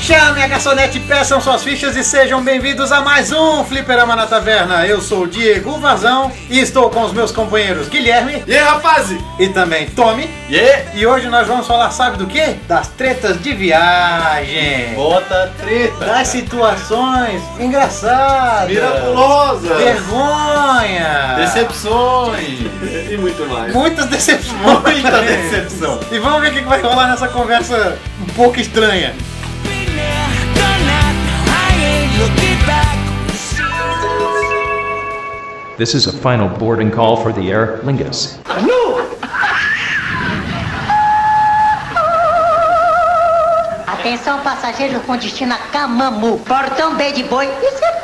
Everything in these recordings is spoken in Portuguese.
Chame a garçonete, peçam suas fichas e sejam bem-vindos a mais um Fliperama na Taverna. Eu sou o Diego Vazão e estou com os meus companheiros Guilherme E aí, rapaz? e também Tommy. E aí? E hoje nós vamos falar, sabe do quê? Das tretas de viagem. Bota treta. Das situações engraçadas. Miraculosa. Vergonha. Decepções. E muito mais. Muitas decepções. Muita decepção. E vamos ver o que vai rolar nessa conversa um pouco estranha. Been there, done that. I ain't looking back. This is a final boarding call for the Air Lingus. Atenção passageiros com destino a Camamu, portão B de boi. Isso é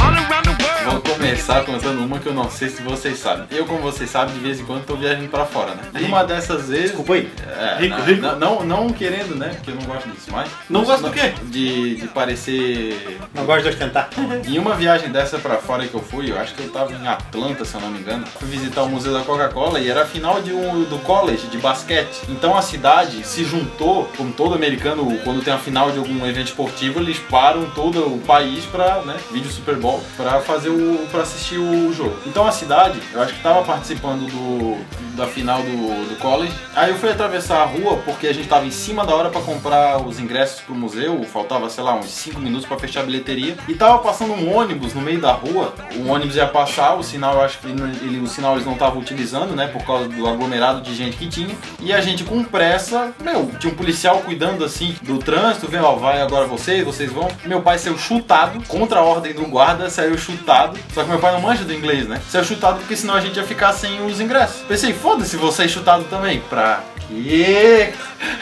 All around the world. Vou começar contando uma que eu não sei se vocês sabem. Eu, como vocês sabem, de vez em quando tô viajando pra fora, né? E uma dessas vezes. Desculpa aí. É, Rico, não, rico. Não, não, não querendo, né? Porque eu não gosto disso, mas. Não gosta do quê? De, de parecer Não gosto de ostentar. Em uma viagem dessa pra fora que eu fui, eu acho que eu tava em Atlanta, se eu não me engano, fui visitar o Museu da Coca-Cola e era a final de um, do college de basquete. Então a cidade se juntou, como todo americano, quando tem a final de algum evento esportivo, eles param todo o país pra, né, vídeo Super Bowl, pra fazer o. pra assistir o jogo. Então a cidade, eu acho que tava participando do. Da final do, do college. Aí eu fui atravessar a rua porque a gente tava em cima da hora pra comprar os ingressos pro museu. Faltava, sei lá, uns 5 minutos pra fechar a bilheteria. E tava passando um ônibus no meio da rua. O ônibus ia passar, o sinal, eu acho que ele, ele- o sinal eles não estavam utilizando, né? Por causa do aglomerado de gente que tinha. E a gente com pressa, meu, tinha um policial cuidando assim do trânsito, vendo, ó, vai agora vocês, vocês vão. Meu pai saiu chutado contra a ordem do guarda, saiu chutado. Só que meu pai não manja do inglês, né? Saiu chutado porque senão a gente ia ficar sem os ingressos. Pensei, foda-se, vou sair chutado também. Pra quê?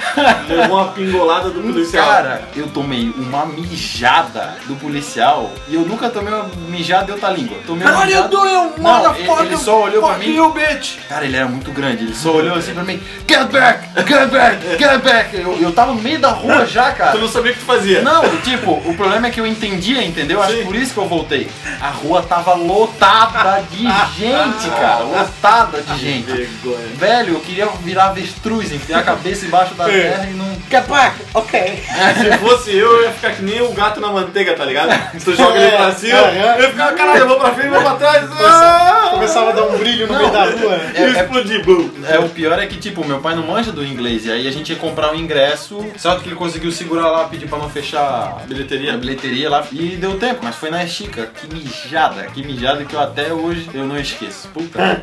Levou uma pingolada do policial. Cara, eu tomei uma mijada do policial e eu nunca tomei uma mijada em outra língua. Tomei uma mijada... doeu, Não, ele- ele só olhou pra mim. o bitch. Cara, ele era muito grande, ele só olhou assim pra mim, get back, get back, get back. Eu, eu tava no meio da rua já, Tu cara. não sabia o que tu fazia. Não, tipo, o problema é que eu entendia, entendeu? Acho que Sim. por isso que eu voltei. A rua tava lotada de gente, cara. Lotada de gente. Vergonha. Velho, eu queria virar avestruz, enfiar a cabeça embaixo da É. terra e não. Capaz, ok. Se fosse eu, eu ia ficar que nem o gato na manteiga, tá ligado? Tu joga ele pra cima, É, é. eu ia ficar, caralho, eu vou pra frente, eu vou pra trás. Ah! Começava a dar um brilho no meio da rua. né? E explodir, boom. É, o pior é que, tipo, meu pai não manja do inglês. E aí a gente ia comprar o ingresso. Só que ele conseguiu segurar lá, pedir pra não fechar a bilheteria, é a bilheteria lá. E deu tempo, mas foi na Chica. Que mijada, que mijada que eu até hoje eu não esqueço. Puta,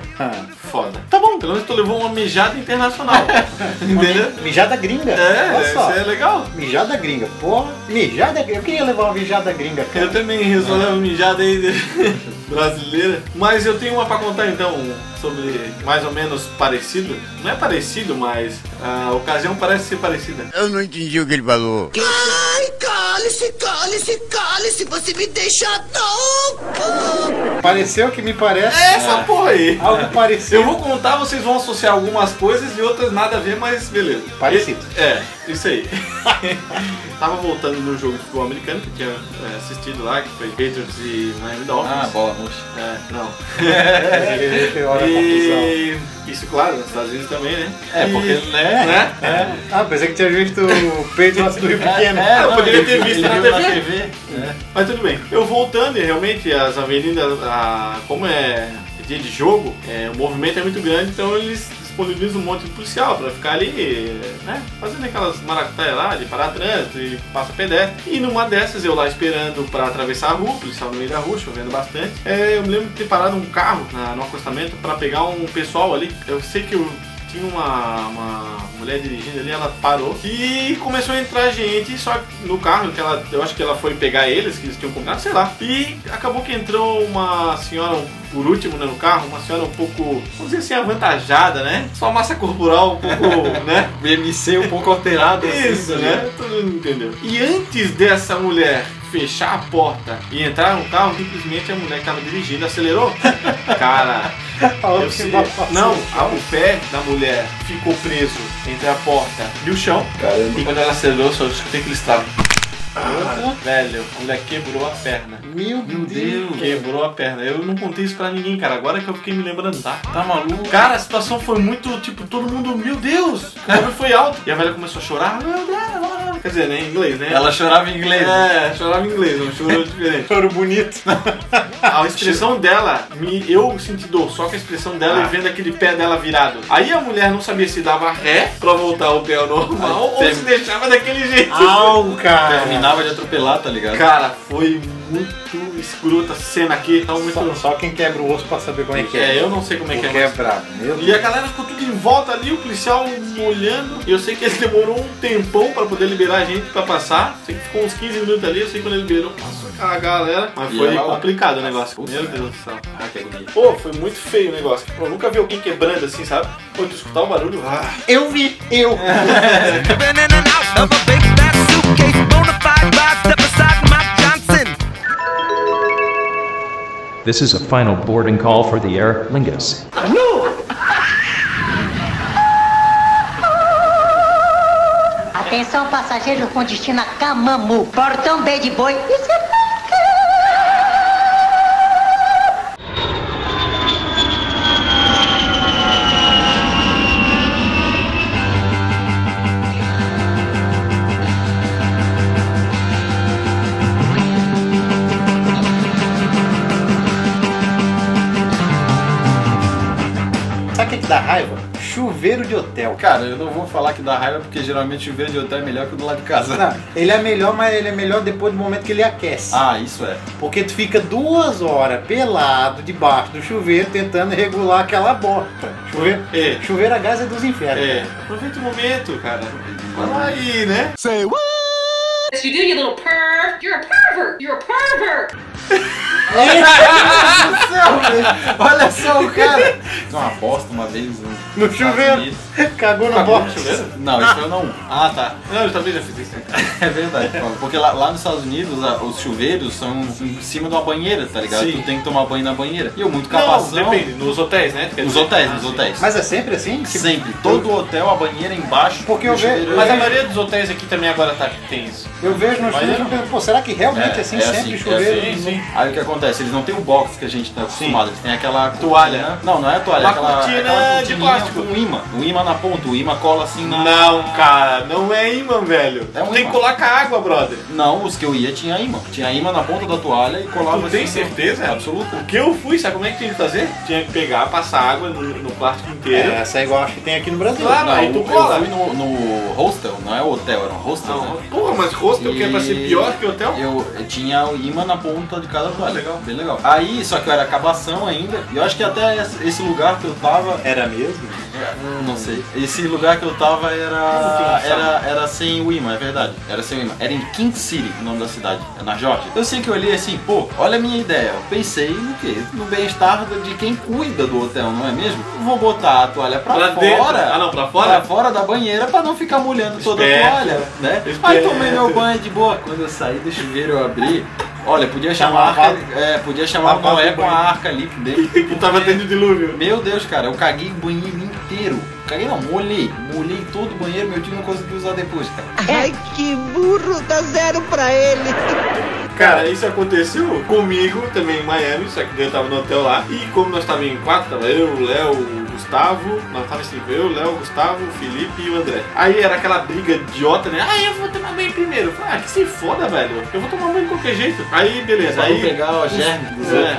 Foda. Tá bom, pelo menos tu levou uma mijada internacional. Entendeu? Mijada gringa. É, Olha isso só. é legal. Mijada gringa, porra. Mijada gringa. Eu queria levar uma mijada gringa, cara. Eu também resolvi uma mijada aí de- brasileira. Mas eu tenho uma pra contar então, sobre mais ou menos parecido. Não é parecido, mas a ocasião parece ser parecida. Eu não entendi o que ele falou. Ai, cale-se, cale-se, cale-se, você me deixa louco! Pareceu que me parece. É essa porra aí. Ah. Algo parecido. Eu vou contar, vocês vão associar algumas coisas e outras nada a ver, mas beleza. Parecido. E- é, isso aí. Tava voltando no jogo de futebol americano que eu tinha é, assistido lá, que foi Patriots e Miami Dolphins. ah, bola murcha. É, não. É, que hora a confusão. E isso, claro, nos Estados Unidos também, né? É, porque, E- né? né? Ah, pensei que tinha visto o peito do Rio Pequeno. Ah, eu poderia É, ele- ter visto ele na viu TV. TV. É. Mas tudo bem. Eu voltando, e realmente as avenidas, a- como é dia de jogo, é, o movimento é muito grande, então eles disponibilizam um monte de policial pra ficar ali, né, fazendo aquelas maracutaias lá de parar trânsito e passa pedestre. E numa dessas, eu lá esperando pra atravessar a rua, o policial no meio da rua, chovendo bastante, é, eu me lembro de ter parado um carro na- no acostamento pra pegar um pessoal ali. Eu sei que eu tinha uma, uma mulher dirigindo ali, ela parou e começou a entrar gente só no carro, que ela, eu acho que ela foi pegar eles, que eles tinham comprado, sei lá. E acabou que entrou uma senhora, um- por último, né, no carro, uma senhora um pouco, vamos dizer assim, avantajada, né? Sua massa corporal um pouco, né? BMC um pouco alterado. assim, Isso, tá né? ligado? Todo mundo entendeu. E antes dessa mulher fechar a porta e entrar no carro, simplesmente a mulher que tava dirigindo acelerou. Cara, é. eu sei. é Não, a- o pé da mulher ficou preso entre a porta e o chão. Caramba. E quando ela acelerou, só escutei aquele estalo. Velho, a mulher quebrou a perna. Meu, Meu Deus. Quebrou a perna. Eu não contei isso pra ninguém, cara. Agora que eu fiquei me lembrando, tá? Tá maluco? Cara, a situação foi muito, tipo, todo mundo, meu Deus, o nome foi alto. E a velha começou a chorar. Quer dizer, né, em inglês, né? Ela chorava em inglês. né? É, chorava em inglês, não chorou diferente. Choro bonito. A expressão dela, me, eu senti dor, só que a expressão dela Ah. e vendo aquele pé dela virado. Aí a mulher não sabia se dava ré pra voltar ao pé ao normal Aí ou teve- se deixava daquele jeito. Au, É. cara. Terminava de atropelar, tá ligado? Cara, foi muito escrota a cena aqui. Tá Só, muito... só quem quebra o osso pra saber como é que é. É, eu não sei como é que é. mas- brabo. Meu E a galera ficou tudo em volta ali, o policial olhando. E eu sei que ele demorou um tempão pra poder liberar a gente pra passar. Sei que ficou uns 15 minutos ali, eu sei que quando ele liberou, passou a galera. Mas E foi ela lá. complicado o negócio. Puta, Meu cara. Deus do céu. Ah, que agonia. Pô, foi muito feio o negócio. Eu nunca vi alguém quebrando assim, sabe? Pô, tu escutar o barulho. Ah. Eu vi, eu. Been in and out of a big fat suitcase, bona fide ride, step aside, Mike Johnson. This is a final boarding call for the Air Lingus. Atenção, passageiros com destino a Camamu. Portão B de boi. Isso é Sabe o que, que dá raiva? Chuveiro de hotel. Cara, eu não vou falar que dá raiva porque geralmente o verde hotel é melhor que o do lado de casa. Não, ele é melhor, mas ele é melhor depois do momento que ele aquece. Ah, isso é. Porque tu fica duas horas pelado debaixo do chuveiro tentando regular aquela bota. Chuveiro, É. chuveiro a gás é dos infernos. É, aproveita o momento, cara. Fala aí, né? Yes, you do, you little perv. You're a pervert. You're a pervert. Olha só o cara! Fiz uma aposta uma vez no, No chuveiro. Cagou no Cagou no box. chuveiro? Não, isso eu não. Ah, tá. Não, eu também já fiz isso. né, cara? É verdade, Paulo. porque lá, lá nos Estados Unidos a- os chuveiros são em cima de uma banheira, tá ligado? Sim. Tu tem que tomar banho na banheira. E eu muito Não, capazão. depende. Nos hotéis, né? Tu quer Nos dizer? hotéis, Ah, nos sim. hotéis. Mas é sempre assim? Tipo, Sempre. Todo hotel, a banheira embaixo. Porque e o eu ve- chuveiro- é Mas a maioria dos hotéis aqui também agora tá, tem isso. Eu vejo nos Mas filmes e é- penso, pô, será que realmente é, assim sempre chuveiro? assim. Sim, sim. Aí o que acontece? Eles não tem o box que a gente tá acostumado, eles têm aquela Toalha. cortina- Não, não é a toalha, Uma é aquela, cortina aquela de cortininha plástico. com Um imã. Um imã na ponta, o imã cola assim na. Não, cara, não é imã, velho. É um Tem ímã. que colar com a água, brother. Não, os que eu ia tinha imã. Tinha imã na ponta da toalha e colava Tu tem assim, certeza? Absoluta. O que eu fui, sabe como é que tinha que fazer? Tinha que pegar, passar água no, no plástico inteiro. essa é igual acho que tem aqui no Brasil. Claro. Não, aí Ah, tu eu cola. fui no, no hostel, não é hotel, era um hostel, Não, né? porra, mas hostel que é pra ser E pior que hotel? Ah, Eu, eu tinha o imã na ponta de cada toalha. Legal. Bem legal. Aí, só que eu era acabação ainda. E eu acho que até esse esse lugar que eu tava Era mesmo? Hum, É. Não sei. Esse lugar que eu tava era. Era, era sem o imã, é verdade. Era sem o imã. Era em King City, o nome da cidade. É na Georgia. Eu sei que eu olhei assim, pô, olha a minha ideia. Eu pensei no quê? No bem-estar de quem cuida do hotel, não é mesmo? Vou botar a toalha pra, Pra fora. dentro. Ah, não, pra fora? Pra fora da banheira pra não ficar molhando toda a Esperto. toalha, né? Aí Esperto. tomei meu banho de boa. Tá Quando eu saí do chuveiro, eu abri. Olha, podia chamar, lavado. é, podia chamar o Lavado Noé o com a banho. arca ali dentro. Que tava tendo dilúvio. Meu Deus, cara, eu caguei o banheiro inteiro. Caguei não, molhei. Molhei todo o banheiro, meu tio não conseguiu usar depois, cara. Ai, que burro, dá zero pra ele. Cara, isso aconteceu comigo também em Miami, só que eu tava no hotel lá. E como nós tava em quatro, tava eu, o Léo, o Gustavo, nós tava assim, eu, o Léo, o Gustavo, o Felipe e o André. Aí era aquela briga idiota, né? Ah, eu vou tomar banho primeiro. Eu falei, ah, que se foda, velho. Eu vou tomar banho de qualquer jeito. Aí, beleza. Só não Aí pegar o germe dos É,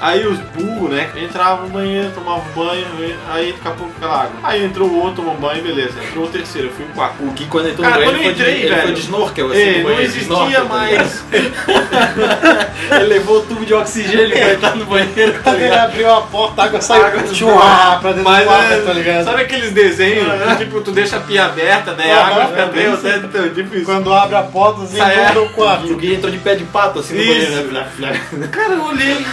aí os burros, né? Entravam no banheiro, tomavam banho, aí daqui a pouco aquela água. Aí entrou o outro, tomou banho, beleza. Entrou o terceiro, eu fui o quarto. O Gui, quando entrou Cara, no banheiro, quando ele eu foi, entrei, de, ele velho, foi de snorkel, assim, É, no não banheiro, de existia snorkel, tá mais. ligado? ele levou o tubo de oxigênio pra entrar no banheiro. tá Tá Quando ele abriu a porta, a água saiu. Água- Tchua, pra dentro Mas do quarto, é, tá ligado? sabe aqueles desenhos que tipo, tu deixa a pia aberta, daí a Aham. água fica dentro, é, então, tipo isso. Quando abre a porta, você Ah, é? entra o E o quarto. Gui entrou de pé de pato assim no Isso. banheiro, né? Flá, flá. Cara, eu olhei,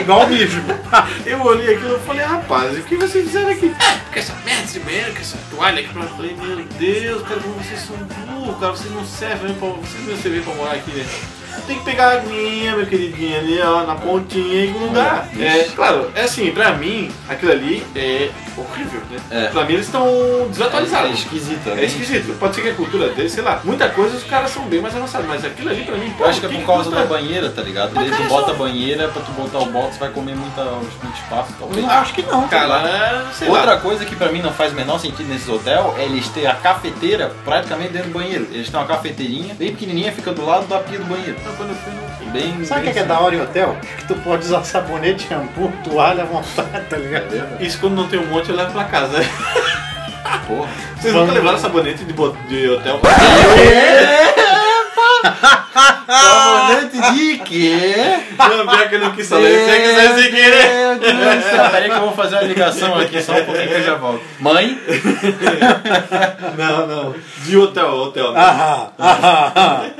Igual o mijo. eu olhei aquilo e falei, rapaz, o que vocês fizeram aqui? Ah, porque essa merda de banheiro, com essa toalha aqui pra eu falei, meu Deus, cara, como vocês são burros, cara, vocês não servem pra. Vocês não servem pra morar aqui, né? Tem que pegar a aguinha, meu queridinho, ali, ó, na pontinha e grudar. Ah, É, claro, é assim, pra mim, aquilo ali é horrível, né? É. Pra mim eles estão É desatualizados. esquisito, É né? esquisito, pode ser que a cultura deles, sei lá, muita coisa os caras são bem mais avançados, mas aquilo ali pra mim, pô, Eu acho que é o por que causa da custa? banheira, tá ligado? Mas, Daí tu cara, bota só- a banheira, pra tu botar o box vai comer muita, muito espaço, talvez. Não, acho que não. Cara, Ah, sei lá. Outra coisa que pra mim não faz o menor sentido nesses hotéis é eles terem a cafeteira praticamente dentro do banheiro. Eles têm uma cafeteirinha bem pequenininha, fica do lado da pia do banheiro. Não, quando eu fui, não tinha. Bem, Sabe o que, bem é que é da hora em hotel? Que tu pode usar sabonete, shampoo, toalha à vontade, tá ligado? Isso quando não tem um monte eu levo pra casa. Porra. Vocês nunca levaram sabonete de, bo- de hotel pra Ah! Sabonete de quê? Não, pior que eu não quis falar. Se você quiser É. sem querer. Peraí que eu vou fazer uma ligação aqui só um pouquinho que eu já volto. Mãe? Não, não. De hotel, hotel. Ah. né? Aham, aham, aham.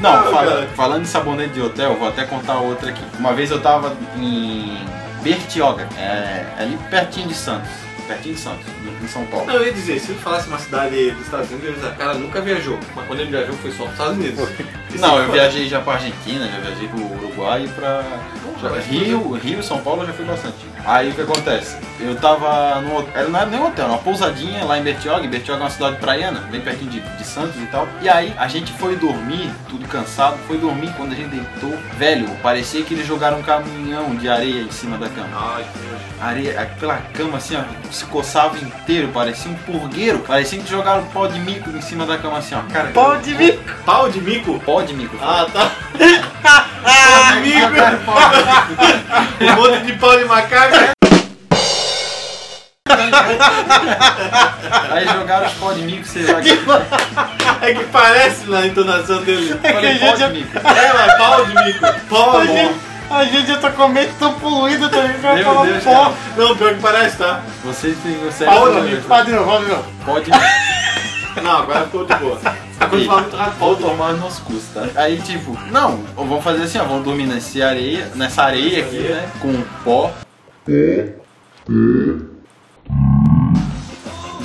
Não, Ah, fala- cara. falando de sabonete de hotel, vou até contar outra aqui. Uma vez eu tava em Bertioga, é, ali pertinho de Santos. Pertinho de Santos, em São Paulo. Não, eu ia dizer, se ele falasse uma cidade dos Estados Unidos, eu ia dizer, cara, nunca viajou. Mas quando ele viajou foi só pros Estados Unidos. é Não, eu viajei já pra Argentina, já viajei pro Uruguai e pra já- vai Rio, Rio, São Paulo eu já fui bastante. Aí o que acontece? Eu tava no era não era nem um hotel, era uma pousadinha lá em Bertioga, e Bertioga é uma cidade praiana, bem pertinho de, de Santos e tal. E aí a gente foi dormir, tudo cansado, foi dormir quando a gente deitou, velho, parecia que eles jogaram um caminhão de areia em cima da cama Ai, que nojo. areia, pela cama assim, ó, se coçava inteiro, parecia um purgueiro, parecia que jogaram pó de mico em cima da cama assim, ó. Cara, Pó de mico. Pau de mico? pó de mico. Ah, Ah, tá. Pau de mico. Um monte de pau de macaco. né? Aí jogaram os pó de mico, sei lá, que É que parece na entonação dele. falei, pó de mico. É, mas pau de mico. Pau de mico. A gente já tá com a mente tão poluída, tá ligado? Vai Meu falar Deus, pó. Não, pior que parece, tá? Você tem você Pau de é- mico. Vai de novo, vai de novo. Pó de mico. Não, agora ficou de boa. Quando E- fala muito rápido, Ou pau de mico. tomar nos custos, tá? Aí tipo, não, ou vamos fazer assim, ó, vamos dormir nessa areia, nessa areia aqui, né? Com pó.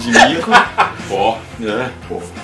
De mico. pó. né?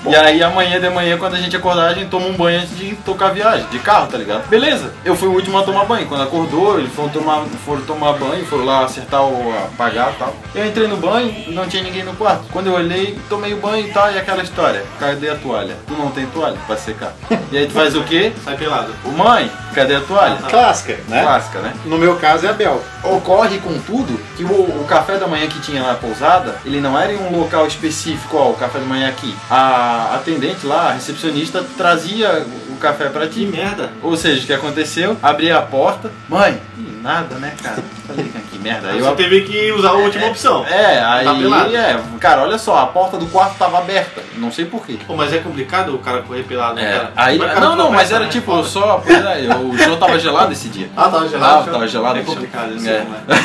E aí amanhã de manhã, quando a gente acordar, a gente toma um banho antes de tocar a viagem, de carro, tá ligado? Beleza, eu fui o último a tomar banho. Quando acordou, eles foram tomar, foram tomar banho, foram lá acertar o apagar e tal. Eu entrei no banho, não tinha ninguém no quarto. Quando eu olhei, tomei o banho e tal, e aquela história. Cadê a toalha? Tu não tem toalha pra secar. E aí tu faz o quê? Sai pelado. Ô mãe, cadê a toalha? Clássica, né? Clássica, né? No meu caso é a Bel. Ocorre, contudo, que o, o café da manhã que tinha na pousada, ele não era em um local específico, ó, o café da manhã é aqui. A atendente lá, a recepcionista, trazia o café pra ti. merda. Ou seja, o que aconteceu? Abri a porta, mãe, ih, nada, né, cara? Falei, "Ah, que merda. Aí Aí eu você teve que usar a última opção. É, Tá pelado. aí, é, cara, olha só, a porta do quarto tava aberta, não sei porquê. Pô, mas é complicado o cara correr pelado, né, É, cara? aí, Como é que o cara não, não, mas tropeça, era né? tipo, eu só, pois é, eu- o chão tava gelado esse dia. Ah, tava gelado? Ah, tava gelado, É o chão. complicado, eu É. sei como é.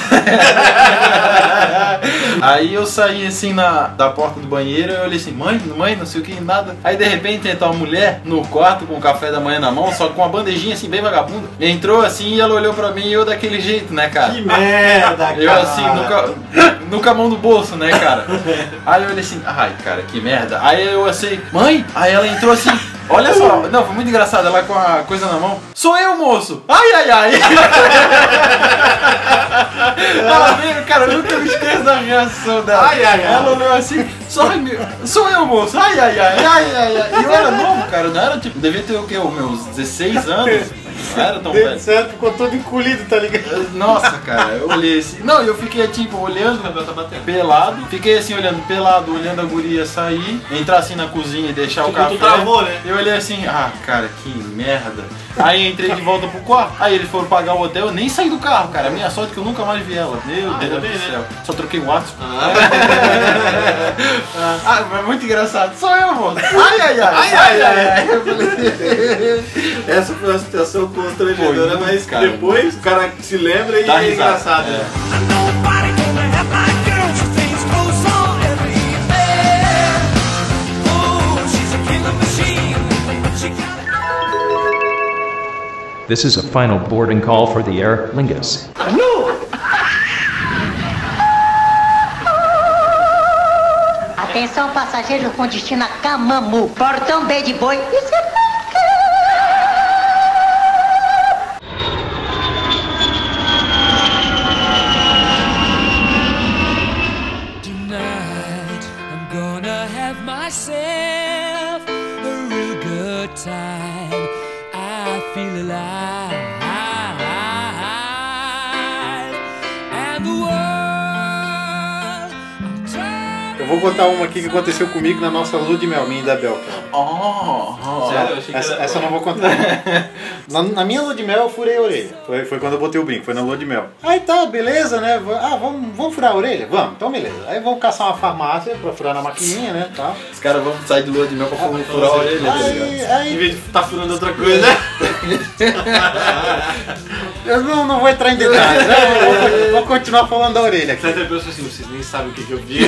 Aí eu saí assim na, da porta do banheiro, eu olhei assim, mãe, mãe, não sei o que, nada. Aí de repente entra uma mulher no quarto com o café da manhã na mão, só com uma bandejinha assim, bem vagabunda. Entrou assim e ela olhou pra mim e eu daquele jeito, né, cara? Que merda, cara. Eu assim, nunca, nunca mão do bolso, né, cara? Aí eu olhei assim, ai, cara, que merda. Aí eu assim, mãe? Aí ela entrou assim, olha só, não, foi muito engraçado, ela com a coisa na mão. Sou eu, moço! Ai, ai, ai! ela veio, cara, eu nunca me esqueço da reação dela. Ai, ai, ai. Ela olhou assim, sou, sou eu, moço! Ai, ai, ai, ai, ai, ai. E eu era novo, cara, eu não era tipo, devia ter o quê? Os meus 16 anos? Não era tão velho. Certo, ficou todo encolhido, tá ligado? Nossa, cara, eu olhei assim. Não, eu fiquei tipo olhando, O cabelo tá batendo. pelado. Fiquei assim olhando pelado, olhando a guria sair, entrar assim na cozinha e deixar o Tipo, café. tu travou, né? Eu olhei assim, ah, cara, que merda. Aí entrei de volta pro quarto. Aí eles foram pagar o hotel, eu nem saí do carro, cara. A minha sorte é que eu nunca mais vi ela. Meu Ah, ainda Deus bem, do né? céu. Só troquei o WhatsApp. Ah, Ah, mas muito engraçado. Só eu, moço. Ai, ai, ai. Ai, ai, ai. Eu falei, essa foi uma situação Foi constrangedora, muito, mas cara. depois o cara se lembra e Dá é risada. engraçado. né? Nobody gonna help my This is a final boarding call for the Aer Lingus. Atenção, passageiros com destino a Camamu. Portão B de boi. Isso é Tonight, I'm gonna have myself a real good time. I feel alive. And the world, I'll try Eu vou contar uma aqui que aconteceu comigo na nossa lua de mel, minha e da Bel, cara. Oh, oh. Sério, eu achei que Essa, era- essa eu não vou contar. na, na minha lua de mel eu furei a orelha. Foi, foi quando eu botei o brinco, foi na lua de mel. Aí tá, beleza, né? Va- Ah, vamos, vamos furar a orelha? Vamos, então beleza. Aí vamos caçar uma farmácia pra furar na maquininha, né? Tal. Os caras vão sair de lua de Ah, mel pra furar a orelha, tá ligado? Aí, Em aí vez de tá furando outra coisa. eu não, não vou entrar em detalhes, né? Vou, vou continuar falando da orelha aqui. Certa pessoa assim, vocês nem sabem o que, que eu fiz.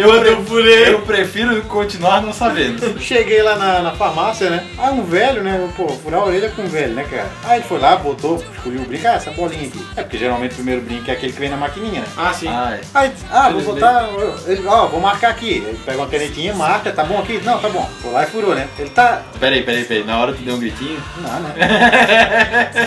Enquanto eu furei. Eu prefiro continuar não sabendo. Cheguei lá na, na farmácia, né? Aí um velho, né? Pô, furar a orelha com um velho, né, cara? Aí ele foi lá, botou, escolheu o brinco, ah, essa bolinha aqui. É porque geralmente o primeiro brinco é aquele que vem na maquininha, né? Ah, sim. Ai. Aí, ah, vou Eles botar. Ele, ó, vou marcar aqui. Ele pega uma canetinha, marca, tá bom aqui? Não, tá bom. Foi lá e furou, né? Ele tá. Peraí, peraí, peraí. Na hora tu deu um gritinho. Não, né?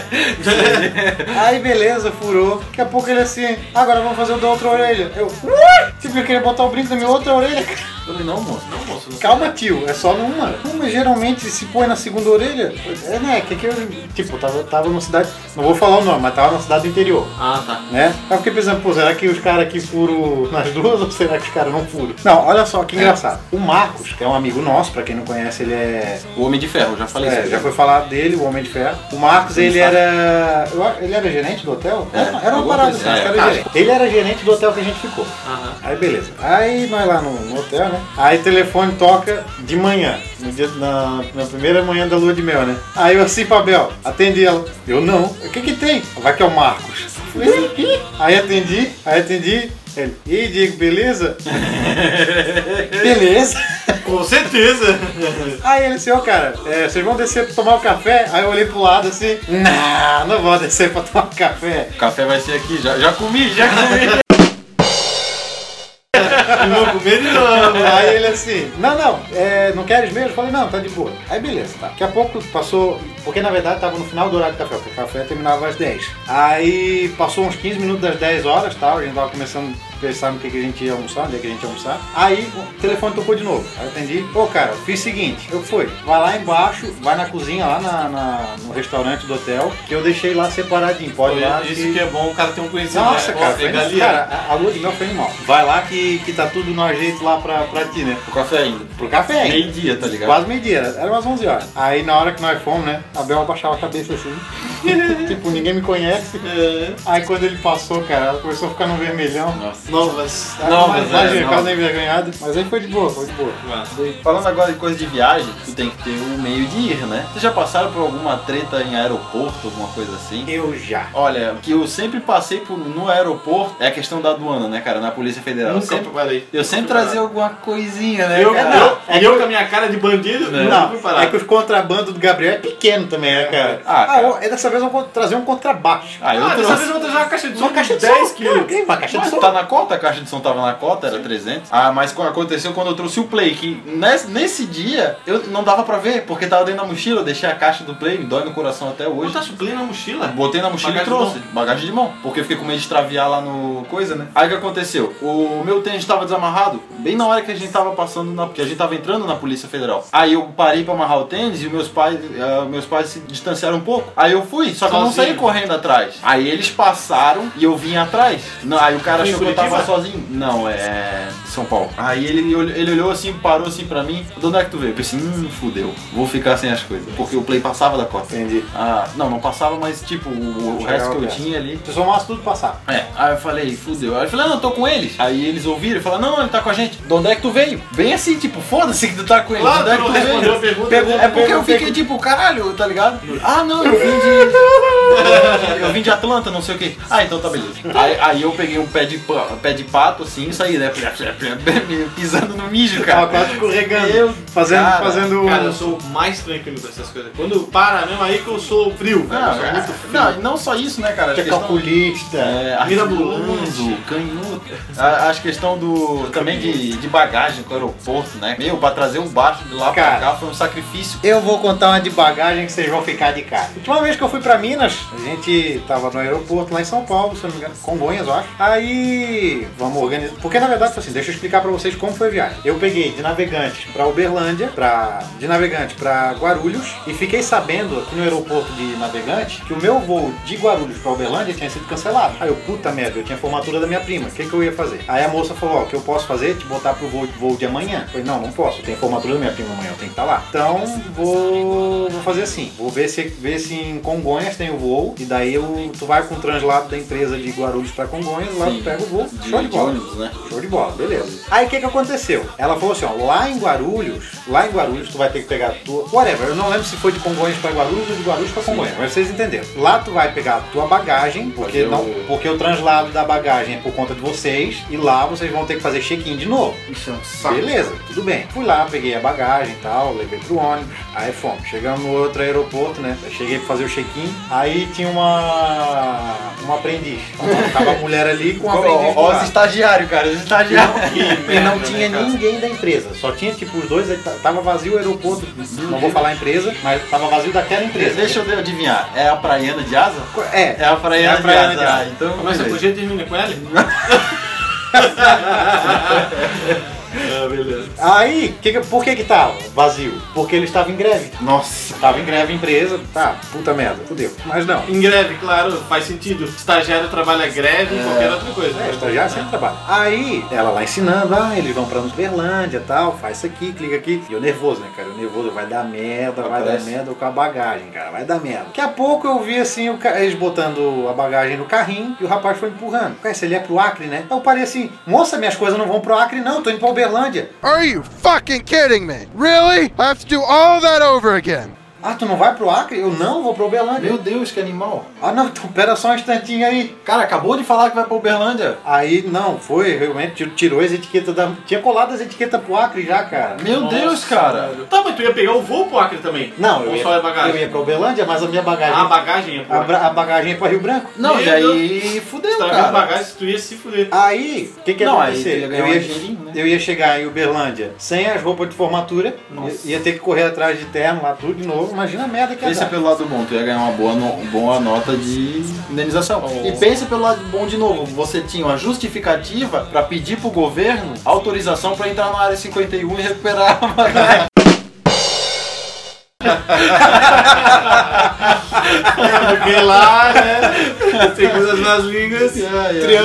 Aí beleza, furou. Daqui a pouco ele assim, agora vamos fazer o da outra orelha. Eu. "Ué?" Tipo, eu queria botar o brinco na minha outra orelha. Eu falei, não, moço. Não, moço, não Calma, tio, é só numa. Uma geralmente se põe na segunda orelha. É, né? Que que eu. Tipo, tava, tava numa cidade. Não vou falar o nome, mas tava numa cidade do interior. Ah, tá. né? Eu fiquei pensando, pô, será que os caras aqui furam nas duas ou será que os caras não furam? Não, olha só que engraçado. O Marcos, que é um amigo nosso, pra quem não conhece, ele é. O Homem de Ferro, já falei é, isso. já foi falado dele, o Homem de Ferro. O Marcos, ele era. eu a- Ele era gerente do hotel? É, Era, era uma alguma parada coisa, assim, acho é. que era Ah. gerente. Ele era gerente do hotel que a gente ficou. Aham. Aí beleza. Aí nós lá no, no hotel, né? Aí telefone toca de manhã, no dia, na, na primeira manhã da lua de mel, né? Aí eu assim, Pabel, atendi ela. Eu não. O que que tem? Vai que é o Marcos. Falei, "Ih". Aí atendi, aí atendi. Ele, Ei, Diego, beleza? beleza. Com certeza. Aí ele assim, ô cara, é, vocês vão descer pra tomar o café? Aí eu olhei pro lado assim, não, não vou descer pra tomar um café. O café vai ser aqui. Já, já comi, já comi. Não vou comer de novo. Aí ele assim, não, não, é, não queres mesmo? Eu falei, não, tá de boa. Aí beleza, tá. Daqui a pouco passou, porque na verdade tava no final do horário do café, porque o café terminava às 10. Aí passou uns 15 minutos das 10 horas, tal, a gente tava começando a pensar no que, que a gente ia almoçar, onde é que a gente ia almoçar. Aí o telefone tocou de novo. Aí eu atendi, ô cara, fiz o seguinte, eu fui, vai lá embaixo, vai na cozinha lá na, na- no restaurante do hotel, que eu deixei lá separadinho, pode ir lá. Isso que é bom, o cara tem um conhecimento. Nossa, né? cara, Ó, foi, regalia. cara, a- a lua de mel foi mal. É, Vai lá que, que tá tudo no ajeito lá pra, pra ti, né? O café ainda. Pro café, hein? Meio dia, tá ligado? Quase meio-dia, era era umas 11 horas. Aí na hora que nós fomos, né? A Bel abaixava a cabeça assim. tipo, ninguém me conhece. Aí quando ele passou, cara, ela começou a ficar no vermelhão. É. Nossa. Novas. Aí, Não, mas, mas imagina, é, não. quase nem envergonhado. Mas aí foi de boa, foi de boa. Falando agora de coisa de viagem, tu tem que ter o meio de ir, né? Vocês já passaram por alguma treta em aeroporto, alguma coisa assim? Eu já. Olha, o que eu sempre passei por no aeroporto é a questão da aduana, né, cara? Na Polícia Federal. Nunca Eu sempre, parei. eu sempre trazia alguma coisinha, né? Eu, cara? eu, e eu com a minha cara de bandido, não, Não, fui é parar. que os contrabandos do Gabriel é pequeno também, né, cara? Ah, cara. ó, é dessa vez eu vou trazer um contrabaixo. Ah, eu Ah, dessa trouxe. vez eu vou trazer uma caixa de som Uma caixa de 10 som, cara, quilos. tem uma caixa de Mas som. tá na cota, a caixa de som tava na cota, era 300. Ah, mas co- aconteceu quando eu trouxe o Play, que nesse, nesse dia eu não dava pra ver, porque tava dentro da mochila, eu deixei a caixa do Play, me dói no coração até hoje. Botaste o play na tá mochila? Botei na mochila Bagagem e trouxe. Bagagem de mão. Porque eu fiquei com medo de extraviar lá no coisa, né? Aí o que aconteceu? O meu tênis estava desamarrado bem na hora que a gente tava passando na. Porque a gente tava entrando na Polícia Federal. Aí eu parei pra amarrar o tênis e os meus pais, ah, meus pais se distanciaram um pouco. Aí eu fui, só que eu não Sozinho. saí correndo atrás. Aí eles passaram e eu vim atrás. Não, aí o cara Em achou que eu Curitiba? tava sozinho. Não, é. São Paulo. Aí ele, olh- ele olhou assim, parou assim pra mim. De onde é que tu veio? Eu pensei, hum, fudeu. Vou ficar sem as coisas. Porque o play passava da cota. Entendi. Ah, não, não passava, mas tipo, o, o Chegava resto que eu perto. tinha ali. Se somasse tudo, passava. É, aí eu falei, fudeu. Aí eu falei, ah, não, tô com eles. Aí eles ouviram e falaram, não, ele tá com a gente. De onde é que tu veio? Bem assim, tipo, foda-se que tu tá com ele. Claro, de onde é que tu não tu respondeu a veio? pergunta. Pegou- É porque eu Pegou- fiquei tipo, caralho, tá ligado? Ah, não, eu vim de Eu vim de Atlanta, não sei o que. Ah, então tá beleza. Aí, aí eu peguei um pé de, pa- pé de pato assim e saí, né? Pisando no mijo, Tava cara. quase escorregando. Meu, fazendo. cara, fazendo um Cara, eu sou o mais tranquilo pra essas coisas. Quando para mesmo aí que eu sou frio, velho. Não, eu sou é- muito frio. não, e não só isso, né, cara? As que é questão- calculista. É, Mirabolante. articulando, canhoto. A- As questão do também de, de bagagem com o aeroporto, né? Meu, pra trazer o baixo de lá Cara. pra cá foi um sacrifício. Eu vou contar uma de bagagem que vocês vão ficar de cara. Última vez que eu fui pra Minas, a gente tava no aeroporto lá em São Paulo, se eu não me engano, Congonhas, eu acho. Aí, vamos organizar. Porque na verdade foi assim, deixa eu explicar pra vocês como foi a viagem. Eu peguei de navegante pra Uberlândia, pra, de navegante pra Guarulhos, e fiquei sabendo aqui no aeroporto de navegante que o meu voo de Guarulhos pra Uberlândia tinha sido cancelado. Aí eu, puta merda, eu tinha formatura da minha prima, o que, que eu ia fazer? Aí a moça falou: Ó, o que eu posso fazer é te botar pro voo, voo de amanhã. Eu falei: Não, não posso, eu tenho formatura da minha prima amanhã, eu tenho que estar lá. Então vou, vou fazer assim: vou ver se, ver se em Congonhas tem o voo, e daí eu, tu vai com o translado da empresa de Guarulhos pra Congonhas, lá Sim. tu pega o voo, De, show de de bola. ônibus, né? Show de bola, beleza. Aí o que que aconteceu? Ela falou assim, ó, lá em Guarulhos, lá em Guarulhos tu vai ter que pegar a tua, whatever, eu não lembro se foi de Congonhas pra Guarulhos ou de Guarulhos pra Congonhas, mas vocês entenderam. Lá tu vai pegar a tua bagagem, porque Fazer não, o- porque o translado da bagagem é por conta de vocês e lá vocês vão ter que fazer check-in de novo. Isso é um saco. Beleza, tudo bem. Fui lá, peguei a bagagem e tal, levei pro ônibus. Aí fomos. Chegamos no outro aeroporto, né? Eu cheguei pra fazer o check-in. Aí tinha uma. uma aprendiz. Tava a mulher ali com a Ó, aprendiz. do ó, os lado. estagiários, cara, os estagiários. E não tinha ninguém da empresa, só tinha tipo os dois, tava vazio o aeroporto, não vou falar a empresa, mas tava vazio daquela empresa. Deixa eu adivinhar, é a praiana de asa? É, É a praiana, É a praiana de de asa. asa. Ah, Então, Mas você beleza. podia terminar com ele? ah, beleza. aí, que que- por que que tava vazio? Porque ele estava em greve. Nossa. Tava em greve a empresa, tá, puta merda, fudeu. Mas não, Em greve, claro, faz sentido. Estagiário trabalha greve e qualquer outra coisa. É, estagiário sempre trabalha. Aí, ela lá ensinando, ah, eles vão pra Uberlândia e tal, faz isso aqui, clica aqui. E eu nervoso, né, cara? Eu nervoso, vai dar merda, vai Acontece. dar merda com a bagagem, cara, vai dar merda. Daqui a pouco eu vi, assim, o ca- eles botando a bagagem no carrinho e o rapaz foi empurrando. Cara, se ele é pro Acre, né? Eu parei assim, moça, minhas coisas não vão pro Acre, não, tô indo pra Uberlândia. Are you fucking kidding me? Really? I have to do all that over again. Ah, tu não vai pro Acre? Eu não vou pra Uberlândia. Meu Deus, que animal. Ah, não, tu pera só um instantinho aí. Cara, acabou de falar que vai pra Uberlândia. Aí, não, foi, realmente, tir- tirou as etiquetas da... Tinha colado as etiquetas pro Acre já, cara. Meu Deus, cara. Tá, mas tu ia pegar o voo pro Acre também? Não, Ou eu ia, só é bagagem? eu ia pra Uberlândia, mas a minha bagagem. Ah, bagagem é pro a, Acre. bra- a bagagem é pra Rio Branco. Não, Meu e aí fudeu, Se tava cara. vindo Tá bagagem, tu ia se fuder. Aí, o que, que ia Não, aí tu acontecer? ia ganhar eu, um ia, dinheirinho, né? eu ia chegar em Uberlândia sem as roupas de formatura, ia, ia ter que correr atrás de terno lá, tudo de novo. Imagina a merda que ia Pensa é dar. pelo lado bom, tu ia ganhar uma boa, no- boa nota de indenização. E pensa pelo lado bom de novo, você tinha uma justificativa pra pedir pro governo autorização pra entrar na área 51 e recuperar a bagagem. Porque lá, né? Segundo nas línguas,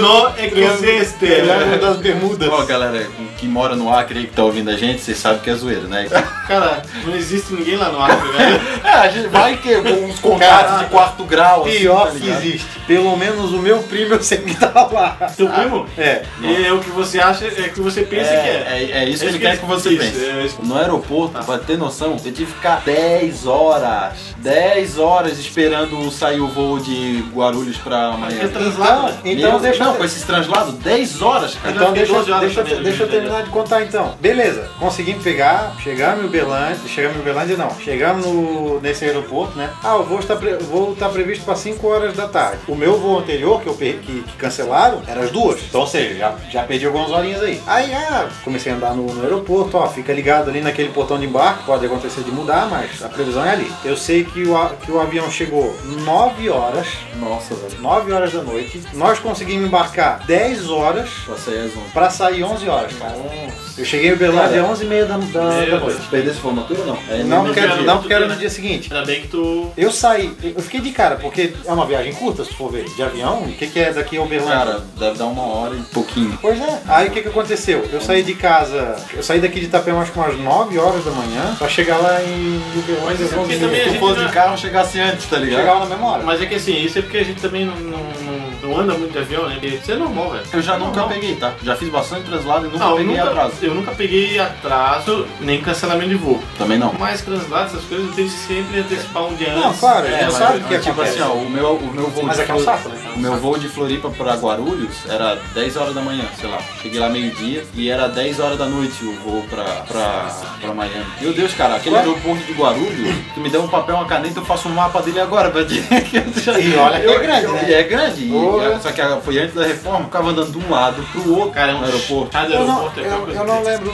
no existe. Triângulo das Bermudas. Ó, galera que mora no Acre aí que tá ouvindo a gente, vocês sabem que é zoeira, né? Cara, não existe ninguém lá no Acre, né? velho. É, a gente vai que com uns contatos de quarto grau. assim, Pior tá que ligado? existe. Pelo menos o meu primo eu sei que tá lá. Teu primo? É. É, o que você acha, é o que você pensa que é. É, é isso que ele quer que você isso, pense. é isso. No aeroporto, pra ter noção, eu tive que ficar 10 horas. 10 horas esperando sair o voo de Guarulhos pra Porque amanhã. Então, translado. né? então Meu- deixa Não, eu. com esses translados, 10 horas, cara. Então Eu fiquei deixa, eu- 12 horas deixa, eu- também, deixa eu né, terminar de contar então. Beleza, conseguimos pegar, chegamos em Uberlândia, chegamos em Uberlândia não, chegamos no, nesse aeroporto, né? Ah, o voo está, pre- o voo está previsto para 5 horas da tarde. O meu voo anterior, que, eu per- que, que cancelaram, era as duas. Então, ou seja, já, já perdi algumas horinhas aí. Aí, ah, comecei a andar no, no aeroporto, ó, fica ligado ali naquele portão de embarque, pode acontecer de mudar, mas a previsão é ali. Eu sei que o, a- que o avião chegou 9 horas, Nossa, velho. 9 horas da noite, nós conseguimos embarcar 10 horas, Passei as 11. Pra sair 11 horas, cara. Eu cheguei em Uberlândia Cara. 11 e meia da, da, da noite. Perdeu sua formatura ou não? É, né? Não, no porque, mesmo quero- dia. não porque era no dia seguinte. Ainda bem que tu. Eu saí, eu fiquei de cara, porque é uma viagem curta, se tu for ver, de avião. O que, que é daqui a Uberlândia? Cara, deve dar uma hora e pouquinho. Pois é. Aí o que, que aconteceu? Eu saí de casa, eu saí daqui de Itapema acho que umas 9 horas da manhã, pra chegar lá em Uberlândia né? às Mas 11 é porque e também meia. a Se gente fosse não- de carro, chegasse antes, tá ligado? Chegava na mesma hora. Mas é que assim, isso é porque a gente também não, não, não- não não anda muito de avião, né? Isso é normal, velho. Eu já nunca Normal. peguei, tá? Já fiz bastante translado e nunca Não, eu peguei nunca, atraso. eu nunca peguei atraso nem cancelamento de voo. Também não. Mas translado, essas coisas, eu tenho que sempre antecipar um dia Não, antes. claro, já mas- sabe o que É, tipo acontece. assim, ó, o meu, o meu voo Mas de é que é um Flor- saco, né? O meu voo de Floripa pra Guarulhos era 10 horas da manhã, sei lá. Cheguei lá meio-dia e era 10 horas da noite o voo pra, pra, pra Miami. Meu Deus, cara, aquele Ué? aeroporto de Guarulhos, tu me der um papel, uma caneta, eu faço um mapa dele agora pra dizer que eu já... E olha que é grande, né? E é grande. e- Porra. só que foi antes da reforma, ficava andando de um lado pro outro Cara, é um no aeroporto. Cada Eu não, aeroporto é uma eu, coisa. eu não lembro.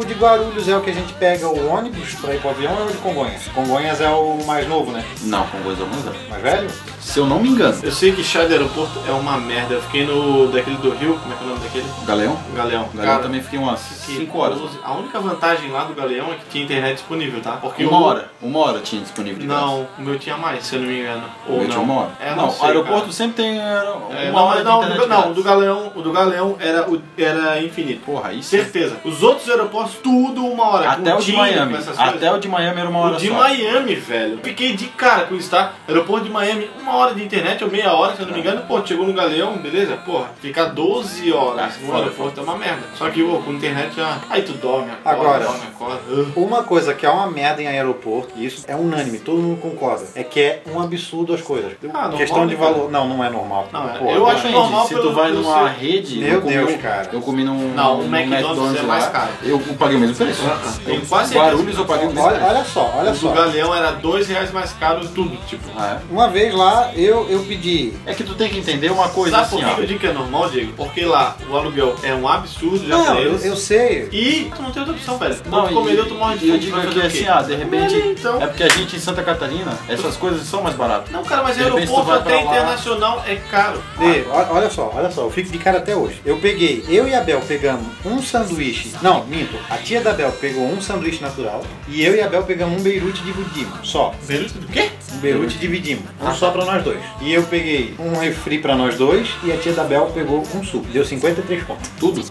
O de Guarulhos é o que a gente pega o ônibus pra ir pro avião ou é o de Congonhas? Congonhas é o mais novo, né? Não, com coisa alguma. Mais velho? Se eu não me engano, Eu sei que chá de aeroporto é uma merda. Eu fiquei no daquele do Rio, como é que é o nome daquele? Galeão? Galeão. Galeão Cara, também fiquei umas que 5 horas. pouso- A única vantagem lá do Galeão é que tinha internet disponível, tá? Porque Uma o- hora. Uma hora tinha disponível de graça. Não, o meu tinha mais, se eu não me engano. Ou Ou não. tinha uma hora. É, não, sei, o aeroporto cara. sempre tem era, uma É, hora não, de não, internet do, não, grátis. o do Galeão, o do Galeão era, o- era infinito. Porra, aí sim. Certeza. Os outros aeroportos, tudo uma hora. Até com o de Tinder, Miami. com essas coisas. Até o de Miami era uma hora O de só. Miami, velho. Fiquei de cara com isso, tá? Aeroporto de Miami, uma hora de internet ou meia hora, se eu É. não me engano. Pô, chegou no Galeão, beleza? Porra, ficar 12 horas Ah, no foda, aeroporto é uma merda. Só que, pô, com internet já. Aí tu dorme, acorda, Agora. dorme, acorda. Ah. Uma coisa que é uma merda em aeroporto, e isso é unânime, todo mundo concorda, é que é um absurdo as coisas. Ah, normal, Questão de né, cara? valor. Não, não é normal. Não, é- Pô, eu agora- acho Depende, normal se pelo- tu vai pelo numa seu- rede. Meu eu comi Deus, um- cara. Eu comi num. Não, o num McDonald's é mais lá. caro. Eu paguei o mesmo preço. Tenho quase Guarulhos certeza. eu paguei o mesmo Olha, preço. olha só, olha O do só. Galeão era dois reais mais caro tudo, tipo. Ah, Uma vez lá, eu, eu pedi é. É que tu tem que entender uma coisa Sabe assim, por que que eu ó. digo que é normal, Diego? Porque lá o aluguel é um absurdo já Não, pra eu, eles. eu sei. E tu não tem outra opção, velho. Não, Não, tu comedor, tu morre de eu fome, tu digo vai que fazer o assim, quê? ah, de repente, Come ali, então. é porque a gente em Santa Catarina, essas coisas são mais baratas. Não, cara, mas De repente tu aeroporto vai até pra lá. internacional é caro. Dê, o- olha só, olha só, eu fico de cara até hoje. Eu peguei, eu e a Bel pegamos um sanduíche. Não, minto. A tia da Bel pegou um sanduíche natural e eu e a Bel pegamos um beirute dividimos. Só. Beirute do quê? Um beirute dividimos. Um só pra nós dois. E eu peguei um refri pra nós dois e a tia da Bel pegou um suco. Deu 53 conto. Tudo.